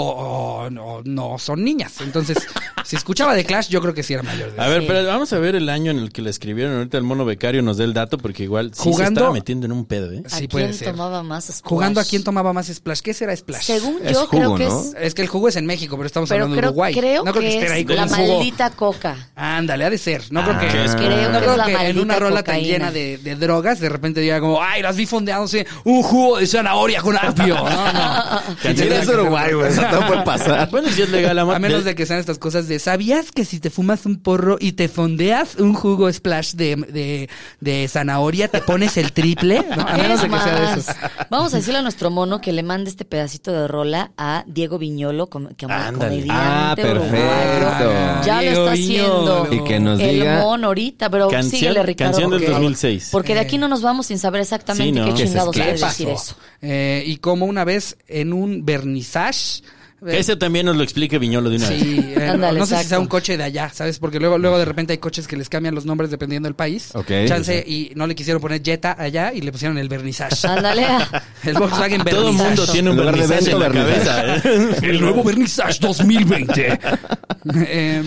[SPEAKER 4] o no, no son niñas. Entonces, si escuchaba The Clash, yo creo que sí era mayor. de edad.
[SPEAKER 7] A ver, pero vamos a ver el año en el que le escribieron. Ahorita el mono becario nos dé el dato porque igual sí se
[SPEAKER 4] Jugando-
[SPEAKER 7] estaba metiendo en un pedo, ¿eh?
[SPEAKER 4] Sí,
[SPEAKER 5] ¿A
[SPEAKER 4] puede
[SPEAKER 5] quién
[SPEAKER 4] ser.
[SPEAKER 5] tomaba más squash?
[SPEAKER 4] Jugando a quién tomaba más Splash. ¿Qué será Splash?
[SPEAKER 5] Según
[SPEAKER 6] Es
[SPEAKER 5] yo,
[SPEAKER 6] jugo,
[SPEAKER 5] creo que
[SPEAKER 6] ¿no?
[SPEAKER 5] es...
[SPEAKER 4] Es que el jugo es en México, pero estamos
[SPEAKER 5] Pero
[SPEAKER 4] hablando de
[SPEAKER 5] creo,
[SPEAKER 4] Uruguay.
[SPEAKER 5] creo
[SPEAKER 4] no creo que,
[SPEAKER 5] que,
[SPEAKER 4] estén ahí
[SPEAKER 5] es
[SPEAKER 4] con
[SPEAKER 5] la
[SPEAKER 4] un jugo.
[SPEAKER 5] maldita coca.
[SPEAKER 4] Ándale, ha de ser. No creo que,
[SPEAKER 7] que es- Creo
[SPEAKER 4] no
[SPEAKER 5] que es
[SPEAKER 4] creo
[SPEAKER 5] la
[SPEAKER 4] que en
[SPEAKER 5] maldita
[SPEAKER 4] una rola tan
[SPEAKER 5] cocaína.
[SPEAKER 4] llena de, de drogas, de repente diga como, ay, las vi fondeándose un jugo de zanahoria con apio. No, no.
[SPEAKER 6] Que ni eres Uruguay, güey. Eso no puede pasar.
[SPEAKER 7] Bueno, si es legal,
[SPEAKER 4] A
[SPEAKER 7] amor.
[SPEAKER 4] menos de que sean estas cosas de, ¿sabías que si te fumas un porro y te fondeas un jugo splash de, de, de zanahoria, te pones el triple? ¿no? A menos
[SPEAKER 5] Es
[SPEAKER 4] de que sea de
[SPEAKER 5] más,
[SPEAKER 4] esos.
[SPEAKER 5] Vamos a decirle a nuestro mono que le mande este pedacito de rola a Diego Viñolo, com- que
[SPEAKER 7] Ándale.
[SPEAKER 5] comediante
[SPEAKER 6] Ah,
[SPEAKER 5] uruguayo.
[SPEAKER 6] perfecto.
[SPEAKER 5] Ya
[SPEAKER 4] Diego
[SPEAKER 5] lo está haciendo.
[SPEAKER 6] Y que nos
[SPEAKER 5] el
[SPEAKER 6] diga-
[SPEAKER 5] mono ahorita, pero
[SPEAKER 7] Canción-
[SPEAKER 5] síguele, Ricardo.
[SPEAKER 7] canción del
[SPEAKER 5] porque-
[SPEAKER 7] 2006.
[SPEAKER 5] Porque de aquí no nos vamos sin saber exactamente
[SPEAKER 7] Sí, ¿no?
[SPEAKER 5] qué
[SPEAKER 7] ¿Qué es
[SPEAKER 5] chingados
[SPEAKER 7] Splash?
[SPEAKER 5] quiere
[SPEAKER 7] ¿Qué
[SPEAKER 5] decir
[SPEAKER 4] Eh. pasó?
[SPEAKER 5] eso.
[SPEAKER 4] Eh, y como una vez en un vernissage.
[SPEAKER 7] Que
[SPEAKER 4] eh,
[SPEAKER 7] ese también nos lo explique Viñolo de una vez.
[SPEAKER 4] Sí, eh,
[SPEAKER 5] Ándale,
[SPEAKER 4] no sé si
[SPEAKER 5] exacto.
[SPEAKER 4] sea un coche de allá, ¿sabes? Porque luego luego de repente hay coches que les cambian los nombres dependiendo del país.
[SPEAKER 6] Ok.
[SPEAKER 4] Chance y no le quisieron poner Jetta allá y le pusieron el Vernissage.
[SPEAKER 5] Ándale.
[SPEAKER 4] El Volkswagen Vernissage.
[SPEAKER 7] Todo el mundo tiene un
[SPEAKER 6] En lugar de
[SPEAKER 7] vernizaje en la
[SPEAKER 6] Bento,
[SPEAKER 7] cabeza. ¿eh?
[SPEAKER 4] El nuevo Vernissage 2020. Eh,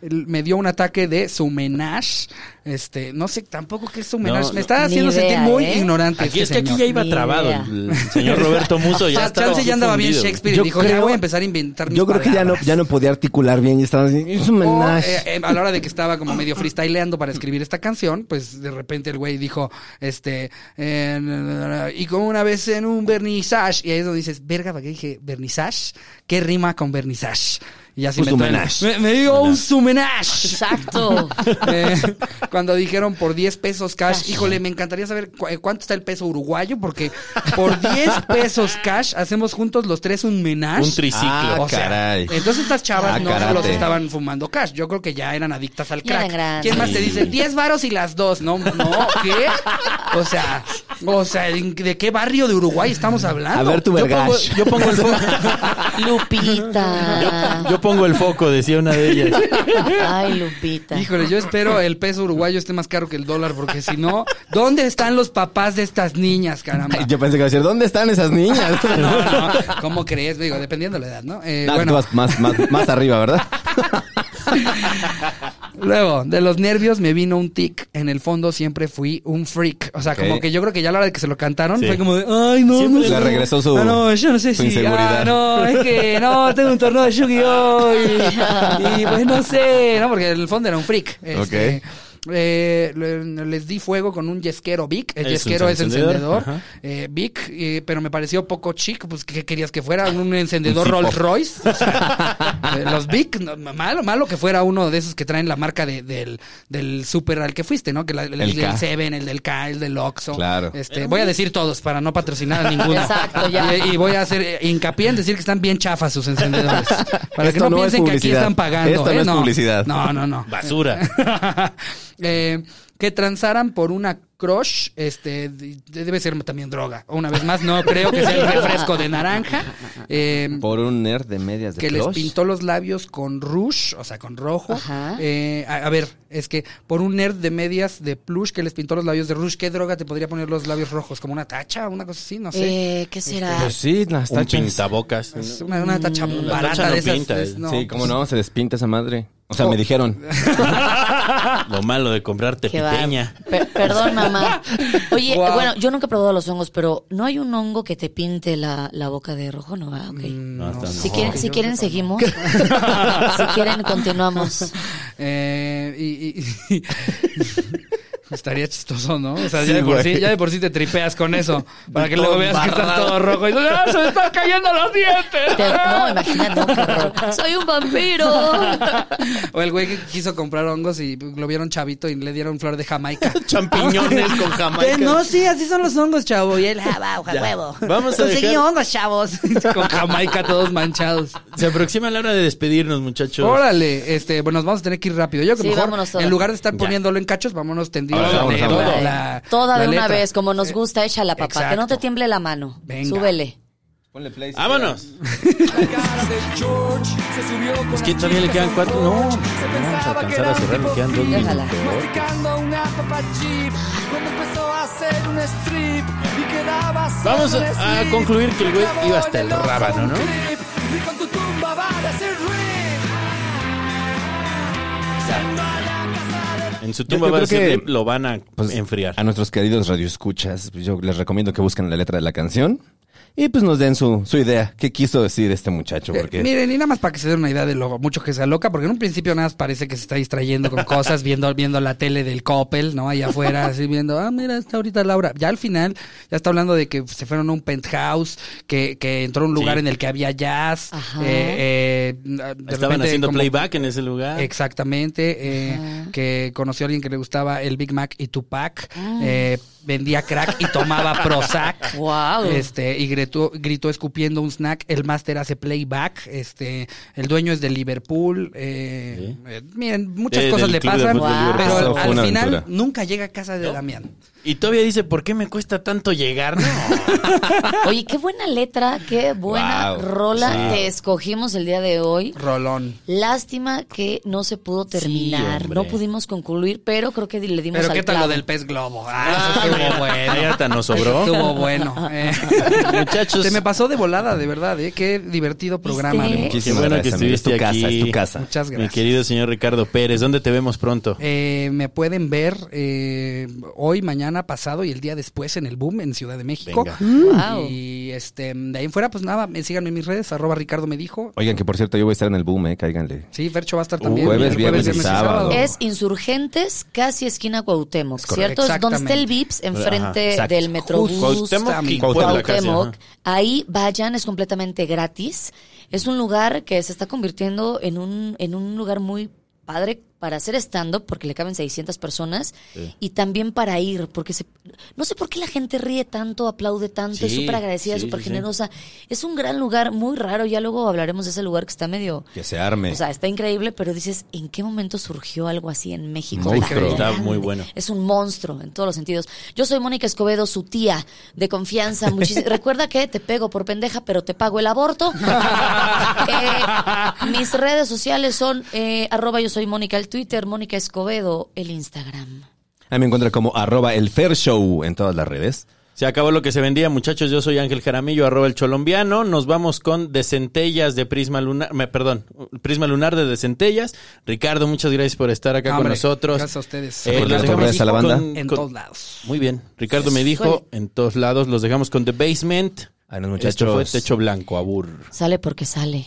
[SPEAKER 4] él me dio un ataque de sumenage. Este, no sé tampoco qué es sumenage.
[SPEAKER 7] No,
[SPEAKER 4] me está
[SPEAKER 5] no.
[SPEAKER 4] haciendo
[SPEAKER 5] Ni idea,
[SPEAKER 4] sentir muy
[SPEAKER 5] ¿eh?
[SPEAKER 4] ignorante.
[SPEAKER 7] Aquí es
[SPEAKER 4] este
[SPEAKER 7] que aquí
[SPEAKER 4] señor.
[SPEAKER 7] ya iba
[SPEAKER 5] Ni
[SPEAKER 7] trabado.
[SPEAKER 5] idea.
[SPEAKER 7] El señor Roberto Muso ya
[SPEAKER 4] Ah,
[SPEAKER 7] estaba
[SPEAKER 4] Chance ya andaba bien
[SPEAKER 7] confundido.
[SPEAKER 4] Shakespeare
[SPEAKER 6] Yo
[SPEAKER 4] y dijo, ya
[SPEAKER 6] creo-
[SPEAKER 4] voy a empezar a inventar mis
[SPEAKER 6] Yo creo que ya no,
[SPEAKER 4] palabras".
[SPEAKER 6] ya no podía articular bien y estaba así. Es un
[SPEAKER 4] O,
[SPEAKER 6] menaje.
[SPEAKER 4] eh, eh, a la hora de que estaba como medio freestyleando para escribir esta canción, pues de repente el güey dijo, este, eh, y como una vez en un vernissage, y ahí es donde dices, verga, ¿para qué dije vernissage? ¿Qué rima con vernissage? Y así
[SPEAKER 6] Un
[SPEAKER 4] me,
[SPEAKER 6] sumenage.
[SPEAKER 4] me, me digo un sumenage.
[SPEAKER 5] Exacto.
[SPEAKER 4] Eh, cuando dijeron por 10 pesos cash, híjole, me encantaría saber cu- eh, cuánto está el peso uruguayo, porque por 10 pesos cash hacemos juntos los tres un menage.
[SPEAKER 7] Un triciclo.
[SPEAKER 6] Ah,
[SPEAKER 4] O sea,
[SPEAKER 6] caray.
[SPEAKER 4] Entonces estas chavas
[SPEAKER 6] Ah,
[SPEAKER 4] no
[SPEAKER 6] karate.
[SPEAKER 4] solo se estaban fumando cash, yo creo que ya eran adictas al
[SPEAKER 5] Ya eran
[SPEAKER 4] crack.
[SPEAKER 5] grandes.
[SPEAKER 4] ¿Quién más te
[SPEAKER 7] Sí.
[SPEAKER 4] dice 10 varos y las dos? No, no, ¿qué? O sea, O sea, ¿en- ¿de qué barrio de Uruguay estamos hablando?
[SPEAKER 7] A ver tu vergash.
[SPEAKER 4] Yo pongo, yo pongo el foco.
[SPEAKER 6] Ah.
[SPEAKER 5] Lupita.
[SPEAKER 7] Yo pongo el foco, decía una de ellas.
[SPEAKER 5] Ay, Lupita.
[SPEAKER 4] Híjole, yo espero el peso uruguayo esté más caro que el dólar, porque si no, ¿dónde están los papás de estas niñas, caramba?
[SPEAKER 6] Ay, Yo pensé que iba a decir, ¿dónde están esas niñas?
[SPEAKER 4] No, no, ¿cómo crees? Digo, dependiendo de la edad, ¿no? Eh,
[SPEAKER 6] No,
[SPEAKER 4] bueno,
[SPEAKER 6] tú vas más, más, más arriba, ¿verdad?
[SPEAKER 4] luego, de los nervios me vino un tic. En el fondo siempre fui un freak. O sea,
[SPEAKER 6] Ok.
[SPEAKER 4] como que yo creo que ya a la hora de que se lo cantaron,
[SPEAKER 6] Sí.
[SPEAKER 4] fue como de, ay, no,
[SPEAKER 6] Siempre le
[SPEAKER 4] no sé".
[SPEAKER 6] regresó su-
[SPEAKER 4] Ah, no, yo no sé
[SPEAKER 6] su
[SPEAKER 4] si.
[SPEAKER 6] inseguridad.
[SPEAKER 4] Ah, no, es que no, tengo un torneo de Yu-Gi-Oh! Y, y, pues no sé, ¿no? Porque en el fondo era un freak. Este,
[SPEAKER 6] Ok.
[SPEAKER 4] eh, le- les di fuego con un yesquero Vic.
[SPEAKER 6] Es
[SPEAKER 4] El
[SPEAKER 6] un
[SPEAKER 4] yesquero es
[SPEAKER 6] encendedor.
[SPEAKER 4] encendedor.
[SPEAKER 6] Ajá.
[SPEAKER 4] eh, Vic, eh, pero me pareció poco chic. Pues, ¿qué querías que fuera? ¿Un encendedor
[SPEAKER 6] Un
[SPEAKER 4] Rolls
[SPEAKER 6] hipo.
[SPEAKER 4] Royce? O sea, eh, los Vic, no, malo, malo que fuera uno de esos que traen la marca de- del, del super al que fuiste, ¿no? Que la- el,
[SPEAKER 6] El
[SPEAKER 4] del
[SPEAKER 6] K.
[SPEAKER 4] Seven, el del K, el del Oxxo.
[SPEAKER 6] Claro.
[SPEAKER 4] Este, voy a decir todos para no patrocinar a ninguno.
[SPEAKER 5] Exacto, ya.
[SPEAKER 4] Y, y voy a hacer eh, hincapié en decir que están bien chafas sus encendedores. Para que
[SPEAKER 6] Esto
[SPEAKER 4] no,
[SPEAKER 6] no es
[SPEAKER 4] piensen que aquí
[SPEAKER 6] publicidad.
[SPEAKER 4] están pagando.
[SPEAKER 6] Esto no
[SPEAKER 4] ¿eh?
[SPEAKER 6] es publicidad.
[SPEAKER 4] No, no, no.
[SPEAKER 7] Basura.
[SPEAKER 4] Eh, que transaran por una crush, este, de- debe ser también droga. Una vez más, no creo que sea el refresco de naranja. Eh,
[SPEAKER 6] Por un nerd de medias de
[SPEAKER 4] que les
[SPEAKER 6] plush.
[SPEAKER 4] pintó los labios con rouge, o sea, con rojo. Eh, a, a ver, es que por un nerd de medias de plush que les pintó los labios de rouge, ¿qué droga te podría poner los labios rojos? ¿Como una tacha? ¿Una cosa así? No sé.
[SPEAKER 5] Eh, ¿Qué será? Mm,
[SPEAKER 6] Pues sí, las
[SPEAKER 7] Un
[SPEAKER 6] tachas.
[SPEAKER 7] pintabocas.
[SPEAKER 4] Es una, una tacha
[SPEAKER 7] La
[SPEAKER 4] barata
[SPEAKER 7] tacha no
[SPEAKER 4] de esas.
[SPEAKER 7] pinta,
[SPEAKER 4] es- no,
[SPEAKER 6] eh.
[SPEAKER 4] pues
[SPEAKER 6] sí, cómo no, se despinta esa madre. O sea,
[SPEAKER 4] Oh.
[SPEAKER 6] me dijeron.
[SPEAKER 7] Lo malo de comprarte
[SPEAKER 5] Qué bárbaro.
[SPEAKER 7] pequeña.
[SPEAKER 5] Per- perdón, mamá. Oye,
[SPEAKER 7] Guau.
[SPEAKER 5] bueno, yo nunca he probado los hongos, pero ¿no hay un hongo que te pinte la, la boca de rojo? No, va, ok.
[SPEAKER 4] Mm,
[SPEAKER 7] no,
[SPEAKER 5] si
[SPEAKER 7] no.
[SPEAKER 5] quieren, si quieren seguimos. si quieren, continuamos.
[SPEAKER 4] Eh, y, y- estaría chistoso, ¿no? O sea,
[SPEAKER 16] Sí,
[SPEAKER 4] ya, de por
[SPEAKER 16] güey.
[SPEAKER 4] sí, ya de por sí te tripeas con eso. Para que
[SPEAKER 16] Todo
[SPEAKER 4] luego veas que estás
[SPEAKER 16] embarrado.
[SPEAKER 4] todo rojo. Y dices, ¡ah, se me están cayendo los dientes!
[SPEAKER 5] no, imagínate, qué horror. Soy un vampiro.
[SPEAKER 4] O el güey que quiso comprar hongos y lo vieron chavito y le dieron flor de Jamaica.
[SPEAKER 7] Champiñones con Jamaica.
[SPEAKER 4] Eh, No, sí, así son los hongos, chavo. Y él, ah, va,
[SPEAKER 7] Ya.
[SPEAKER 4] huevo.
[SPEAKER 7] Vamos a
[SPEAKER 4] Conseguí
[SPEAKER 7] dejar-
[SPEAKER 4] hongos, chavos. con Jamaica todos manchados.
[SPEAKER 7] Se aproxima la hora de despedirnos, muchachos.
[SPEAKER 4] Órale, este, bueno, nos vamos a tener que ir rápido. Yo creo
[SPEAKER 5] Sí,
[SPEAKER 4] que mejor,
[SPEAKER 5] vámonos todos.
[SPEAKER 4] en lugar de estar
[SPEAKER 7] Ya.
[SPEAKER 4] poniéndolo en cachos, vámonos tendidos.
[SPEAKER 7] Ahora,
[SPEAKER 4] a
[SPEAKER 7] vámonos,
[SPEAKER 4] leer
[SPEAKER 7] vámonos.
[SPEAKER 4] la-
[SPEAKER 5] Toda
[SPEAKER 4] la
[SPEAKER 5] de una
[SPEAKER 4] letra.
[SPEAKER 5] vez, como nos gusta, échala, papá. Que no
[SPEAKER 4] exacto.
[SPEAKER 5] te tiemble la mano.
[SPEAKER 4] Venga.
[SPEAKER 5] Súbele.
[SPEAKER 6] Ponle play.
[SPEAKER 7] Vámonos.
[SPEAKER 16] George se subió con
[SPEAKER 7] Es que todavía le quedan cuatro. No, no vamos a alcanzar a cerrar, le quedan dos
[SPEAKER 16] Déjala.
[SPEAKER 7] minutos. pues.
[SPEAKER 16] masticando una papa chip cuando empezó a hacer un strip y quedaba solo
[SPEAKER 7] Vamos
[SPEAKER 16] en el
[SPEAKER 7] a a
[SPEAKER 16] slip.
[SPEAKER 7] concluir que el güey iba hasta el rábano, ¿no?
[SPEAKER 16] Clip, y con tu tumba va a decir rip. Siendo la
[SPEAKER 7] En su
[SPEAKER 6] Yo-
[SPEAKER 7] tumba
[SPEAKER 6] yo
[SPEAKER 7] va a
[SPEAKER 6] creo
[SPEAKER 7] decir,
[SPEAKER 6] que- pues,
[SPEAKER 7] lo van a enfriar.
[SPEAKER 6] A nuestros queridos radioescuchas, pues, yo les recomiendo que busquen la letra de la canción y pues nos den su, su idea. ¿Qué quiso decir este muchacho? Porque
[SPEAKER 4] Eh, Miren, y nada más para que se den una idea de lo mucho que sea loca, porque en un principio nada más parece que se está distrayendo con cosas, viendo, viendo la tele del Coppel, ¿no? Allá afuera, así viendo, ah, mira, está ahorita Laura. Ya al final, ya está hablando de que se fueron a un penthouse, que, que entró a un lugar
[SPEAKER 7] Sí.
[SPEAKER 4] en el que había jazz.
[SPEAKER 5] Ajá.
[SPEAKER 4] eh, eh, de
[SPEAKER 7] Estaban
[SPEAKER 4] repente
[SPEAKER 7] haciendo
[SPEAKER 4] como-
[SPEAKER 7] playback en ese lugar.
[SPEAKER 4] Exactamente, eh, que conoció a alguien que le gustaba el Big Mac y Tupac,
[SPEAKER 5] Ah.
[SPEAKER 4] eh, vendía crack y tomaba Prozac.
[SPEAKER 5] Wow.
[SPEAKER 4] Este, y gritó, gritó escupiendo un snack, el máster hace playback, este, el dueño es de Liverpool, eh, eh, miren, muchas
[SPEAKER 7] Eh,
[SPEAKER 4] cosas
[SPEAKER 7] del
[SPEAKER 4] le
[SPEAKER 7] Club de
[SPEAKER 4] pasan,
[SPEAKER 7] Fútbol Liverpool.
[SPEAKER 4] pero
[SPEAKER 7] Eso
[SPEAKER 4] al,
[SPEAKER 7] fue una
[SPEAKER 4] final
[SPEAKER 7] aventura.
[SPEAKER 4] nunca llega a casa de Damián.
[SPEAKER 7] Y todavía dice, ¿por qué me cuesta tanto llegar? No.
[SPEAKER 5] Oye, qué buena letra, qué buena
[SPEAKER 7] Wow.
[SPEAKER 5] rola
[SPEAKER 7] Sí.
[SPEAKER 5] te escogimos el día de hoy.
[SPEAKER 4] Rolón.
[SPEAKER 5] Lástima que no se pudo terminar,
[SPEAKER 7] hombre.
[SPEAKER 5] no pudimos concluir, pero creo que le dimos
[SPEAKER 4] Pero
[SPEAKER 5] al
[SPEAKER 4] qué tal lo
[SPEAKER 5] clavo.
[SPEAKER 4] del pez globo. Ah, eso estuvo bueno.
[SPEAKER 7] Ahí hasta nos sobró.
[SPEAKER 4] Eso estuvo bueno. Eh,
[SPEAKER 7] Muchachos.
[SPEAKER 4] Se me pasó de volada, de verdad, eh. Qué divertido programa.
[SPEAKER 7] Qué
[SPEAKER 4] de-
[SPEAKER 7] bueno
[SPEAKER 6] gracias,
[SPEAKER 7] que
[SPEAKER 6] amigo. Es tu
[SPEAKER 7] estuviste
[SPEAKER 6] casa,
[SPEAKER 7] aquí.
[SPEAKER 6] es tu casa.
[SPEAKER 4] Muchas
[SPEAKER 7] Mi
[SPEAKER 4] gracias.
[SPEAKER 7] querido señor Ricardo Pérez, ¿dónde te vemos pronto?
[SPEAKER 4] Eh, me pueden ver eh, hoy, mañana, pasado y el día después en el Boom en Ciudad de México.
[SPEAKER 7] Venga. Mm.
[SPEAKER 5] Wow.
[SPEAKER 4] Y este, de ahí en fuera, pues nada, me- síganme en mis redes, arroba Ricardo me dijo.
[SPEAKER 6] Oigan, que por cierto, yo voy a estar en el boom, eh, cáiganle.
[SPEAKER 4] Sí, Fercho va a estar
[SPEAKER 6] Uh,
[SPEAKER 4] también.
[SPEAKER 6] jueves,
[SPEAKER 4] el
[SPEAKER 6] viernes y sábado.
[SPEAKER 5] Es Insurgentes, casi esquina Cuauhtémoc,
[SPEAKER 6] correcto.
[SPEAKER 5] ¿cierto? Es donde está el Vips,
[SPEAKER 4] Exactamente.
[SPEAKER 5] enfrente
[SPEAKER 7] Ajá, exacto.
[SPEAKER 5] del Metrobús.
[SPEAKER 7] Cuauhtémoc y Puebla,
[SPEAKER 5] Cuauhtémoc.
[SPEAKER 7] casi, ajá.
[SPEAKER 5] Ahí vayan, es completamente gratis. Es un lugar que se está convirtiendo en un, en un lugar muy padre para hacer stand-up, porque le caben 600 personas,
[SPEAKER 7] Sí.
[SPEAKER 5] y también para ir, porque se, no sé por qué la gente ríe tanto, aplaude tanto, es
[SPEAKER 7] Sí,
[SPEAKER 5] súper agradecida,
[SPEAKER 7] sí,
[SPEAKER 5] súper
[SPEAKER 7] sí, sí.
[SPEAKER 5] generosa. Es un gran lugar, muy raro, ya luego hablaremos de ese lugar que está medio...
[SPEAKER 7] Que se arme.
[SPEAKER 5] O sea, está increíble, pero dices, ¿en qué momento surgió algo así en México?
[SPEAKER 7] Monstruo.
[SPEAKER 5] Tan
[SPEAKER 7] Está
[SPEAKER 5] grande.
[SPEAKER 7] muy bueno.
[SPEAKER 5] Es un monstruo en todos los sentidos. Yo soy Mónica Escobedo, su tía de confianza. muchis- Recuerda que te pego por pendeja, pero te pago el aborto. Eh, mis redes sociales son eh, arroba yo soy Mónica el Twitter, Mónica Escobedo el Instagram.
[SPEAKER 6] Ahí me encuentran como arroba el Fair Show en todas las redes.
[SPEAKER 7] Se acabó lo que se vendía, muchachos. Yo soy Ángel Jaramillo, arroba el cholombiano. Nos vamos con de centellas de Prisma Lunar, me- perdón, Prisma Lunar de de centellas. Ricardo, muchas gracias por estar acá con
[SPEAKER 4] Hombre,
[SPEAKER 7] nosotros.
[SPEAKER 4] Gracias a ustedes.
[SPEAKER 7] Eh, los dejamos con-
[SPEAKER 4] En
[SPEAKER 7] con-
[SPEAKER 4] todos lados.
[SPEAKER 7] Muy bien. Ricardo me dijo, en todos lados los dejamos con The Basement.
[SPEAKER 6] A los
[SPEAKER 7] muchachos. Esto fue Techo Blanco, abur.
[SPEAKER 5] Sale porque sale.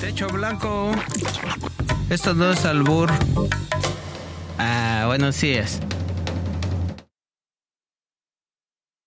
[SPEAKER 3] Techo blanco. Esto no es albur. Ah, bueno, sí es.